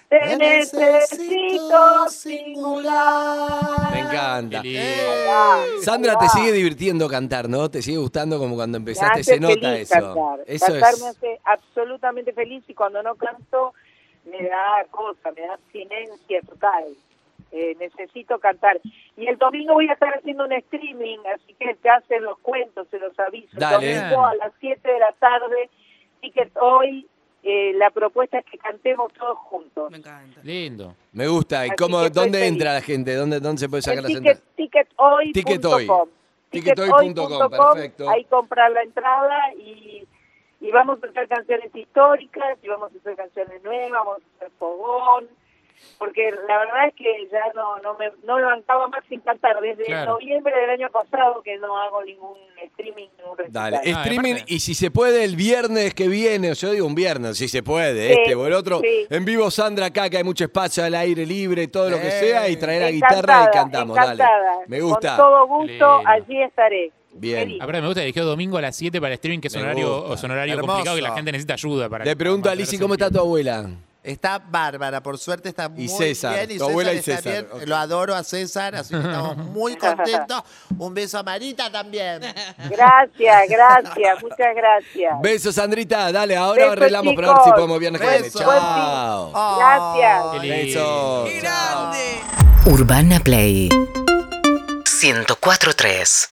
Speaker 7: Te necesito singular.
Speaker 2: Me encanta.
Speaker 6: Qué lindo.
Speaker 2: Sandra, te sigue divirtiendo cantar, ¿no? Te sigue gustando como cuando empezaste, se nota eso.
Speaker 7: Cantar.
Speaker 2: Eso
Speaker 7: Cantar me
Speaker 2: es.
Speaker 7: hace absolutamente feliz y cuando no canto me da cosa, me da abstinencia total. Eh, necesito cantar. Y el domingo voy a estar haciendo un streaming, así que te hacen los cuentos, se los aviso.
Speaker 2: Dale.
Speaker 7: El domingo a las 7 de la tarde. Así que hoy eh, la propuesta es que cantemos todos juntos.
Speaker 5: Me encanta.
Speaker 6: Lindo.
Speaker 2: Me gusta. ¿Y
Speaker 7: Así
Speaker 2: cómo,
Speaker 7: que estoy
Speaker 2: dónde
Speaker 7: feliz.
Speaker 2: entra la gente? ¿Dónde, dónde se puede sacar
Speaker 7: En
Speaker 2: la
Speaker 7: ticket,
Speaker 2: entradas?
Speaker 7: tickethoy.com.
Speaker 2: Tickethoy.
Speaker 7: Tickethoy punto
Speaker 2: Tickethoy.com,
Speaker 7: com,
Speaker 2: perfecto.
Speaker 7: Ahí comprar la entrada y, y vamos a hacer canciones históricas y vamos a hacer canciones nuevas, vamos a hacer fogón. Porque la verdad es que ya no no me no levantaba más sin cantar. Desde
Speaker 6: Claro.
Speaker 7: noviembre del año pasado que no hago ningún streaming, ningún recital.
Speaker 2: Dale,
Speaker 6: Ah,
Speaker 2: streaming
Speaker 6: aparte.
Speaker 2: y si se puede el viernes que viene, o yo digo un viernes, si se
Speaker 7: Sí,
Speaker 2: puede, este o el otro,
Speaker 7: sí.
Speaker 2: en vivo Sandra acá, que hay mucho espacio al aire libre, todo lo que
Speaker 4: Eh.
Speaker 2: sea, y traer la guitarra
Speaker 7: Encantada,
Speaker 2: y cantamos,
Speaker 7: encantada.
Speaker 2: dale. Me gusta.
Speaker 7: Con todo gusto,
Speaker 6: Lindo.
Speaker 7: allí estaré.
Speaker 2: Bien.
Speaker 7: Feliz.
Speaker 6: Aparte, me gusta que eligió domingo a las 7 para streaming, que es
Speaker 2: Me
Speaker 6: un horario,
Speaker 2: gusta.
Speaker 6: es un horario
Speaker 4: Hermoso.
Speaker 6: complicado que la gente necesita ayuda para.
Speaker 2: Le pregunto a
Speaker 6: para
Speaker 2: Lizzy
Speaker 6: mantenerse
Speaker 2: cómo
Speaker 6: en pie.
Speaker 2: está tu abuela.
Speaker 4: Está bárbara, por suerte está muy
Speaker 2: César,
Speaker 4: bien. Y
Speaker 2: tu abuela y
Speaker 4: está
Speaker 2: César,
Speaker 4: bien.
Speaker 2: ok.
Speaker 4: Lo adoro a César, así que estamos muy contentos. Un beso a Marita también.
Speaker 7: Gracias, gracias, muchas gracias.
Speaker 2: Besos, Sandrita. Dale, ahora
Speaker 7: Besos,
Speaker 2: arreglamos para ver
Speaker 7: chicos.
Speaker 2: si podemos viernes que viene.
Speaker 4: Besos.
Speaker 2: Chao.
Speaker 7: Gracias.
Speaker 4: Ay,
Speaker 6: Qué lindo.
Speaker 2: Besos.
Speaker 5: ¡Qué
Speaker 2: Chao.
Speaker 5: grande!
Speaker 1: Urbana Play 104.3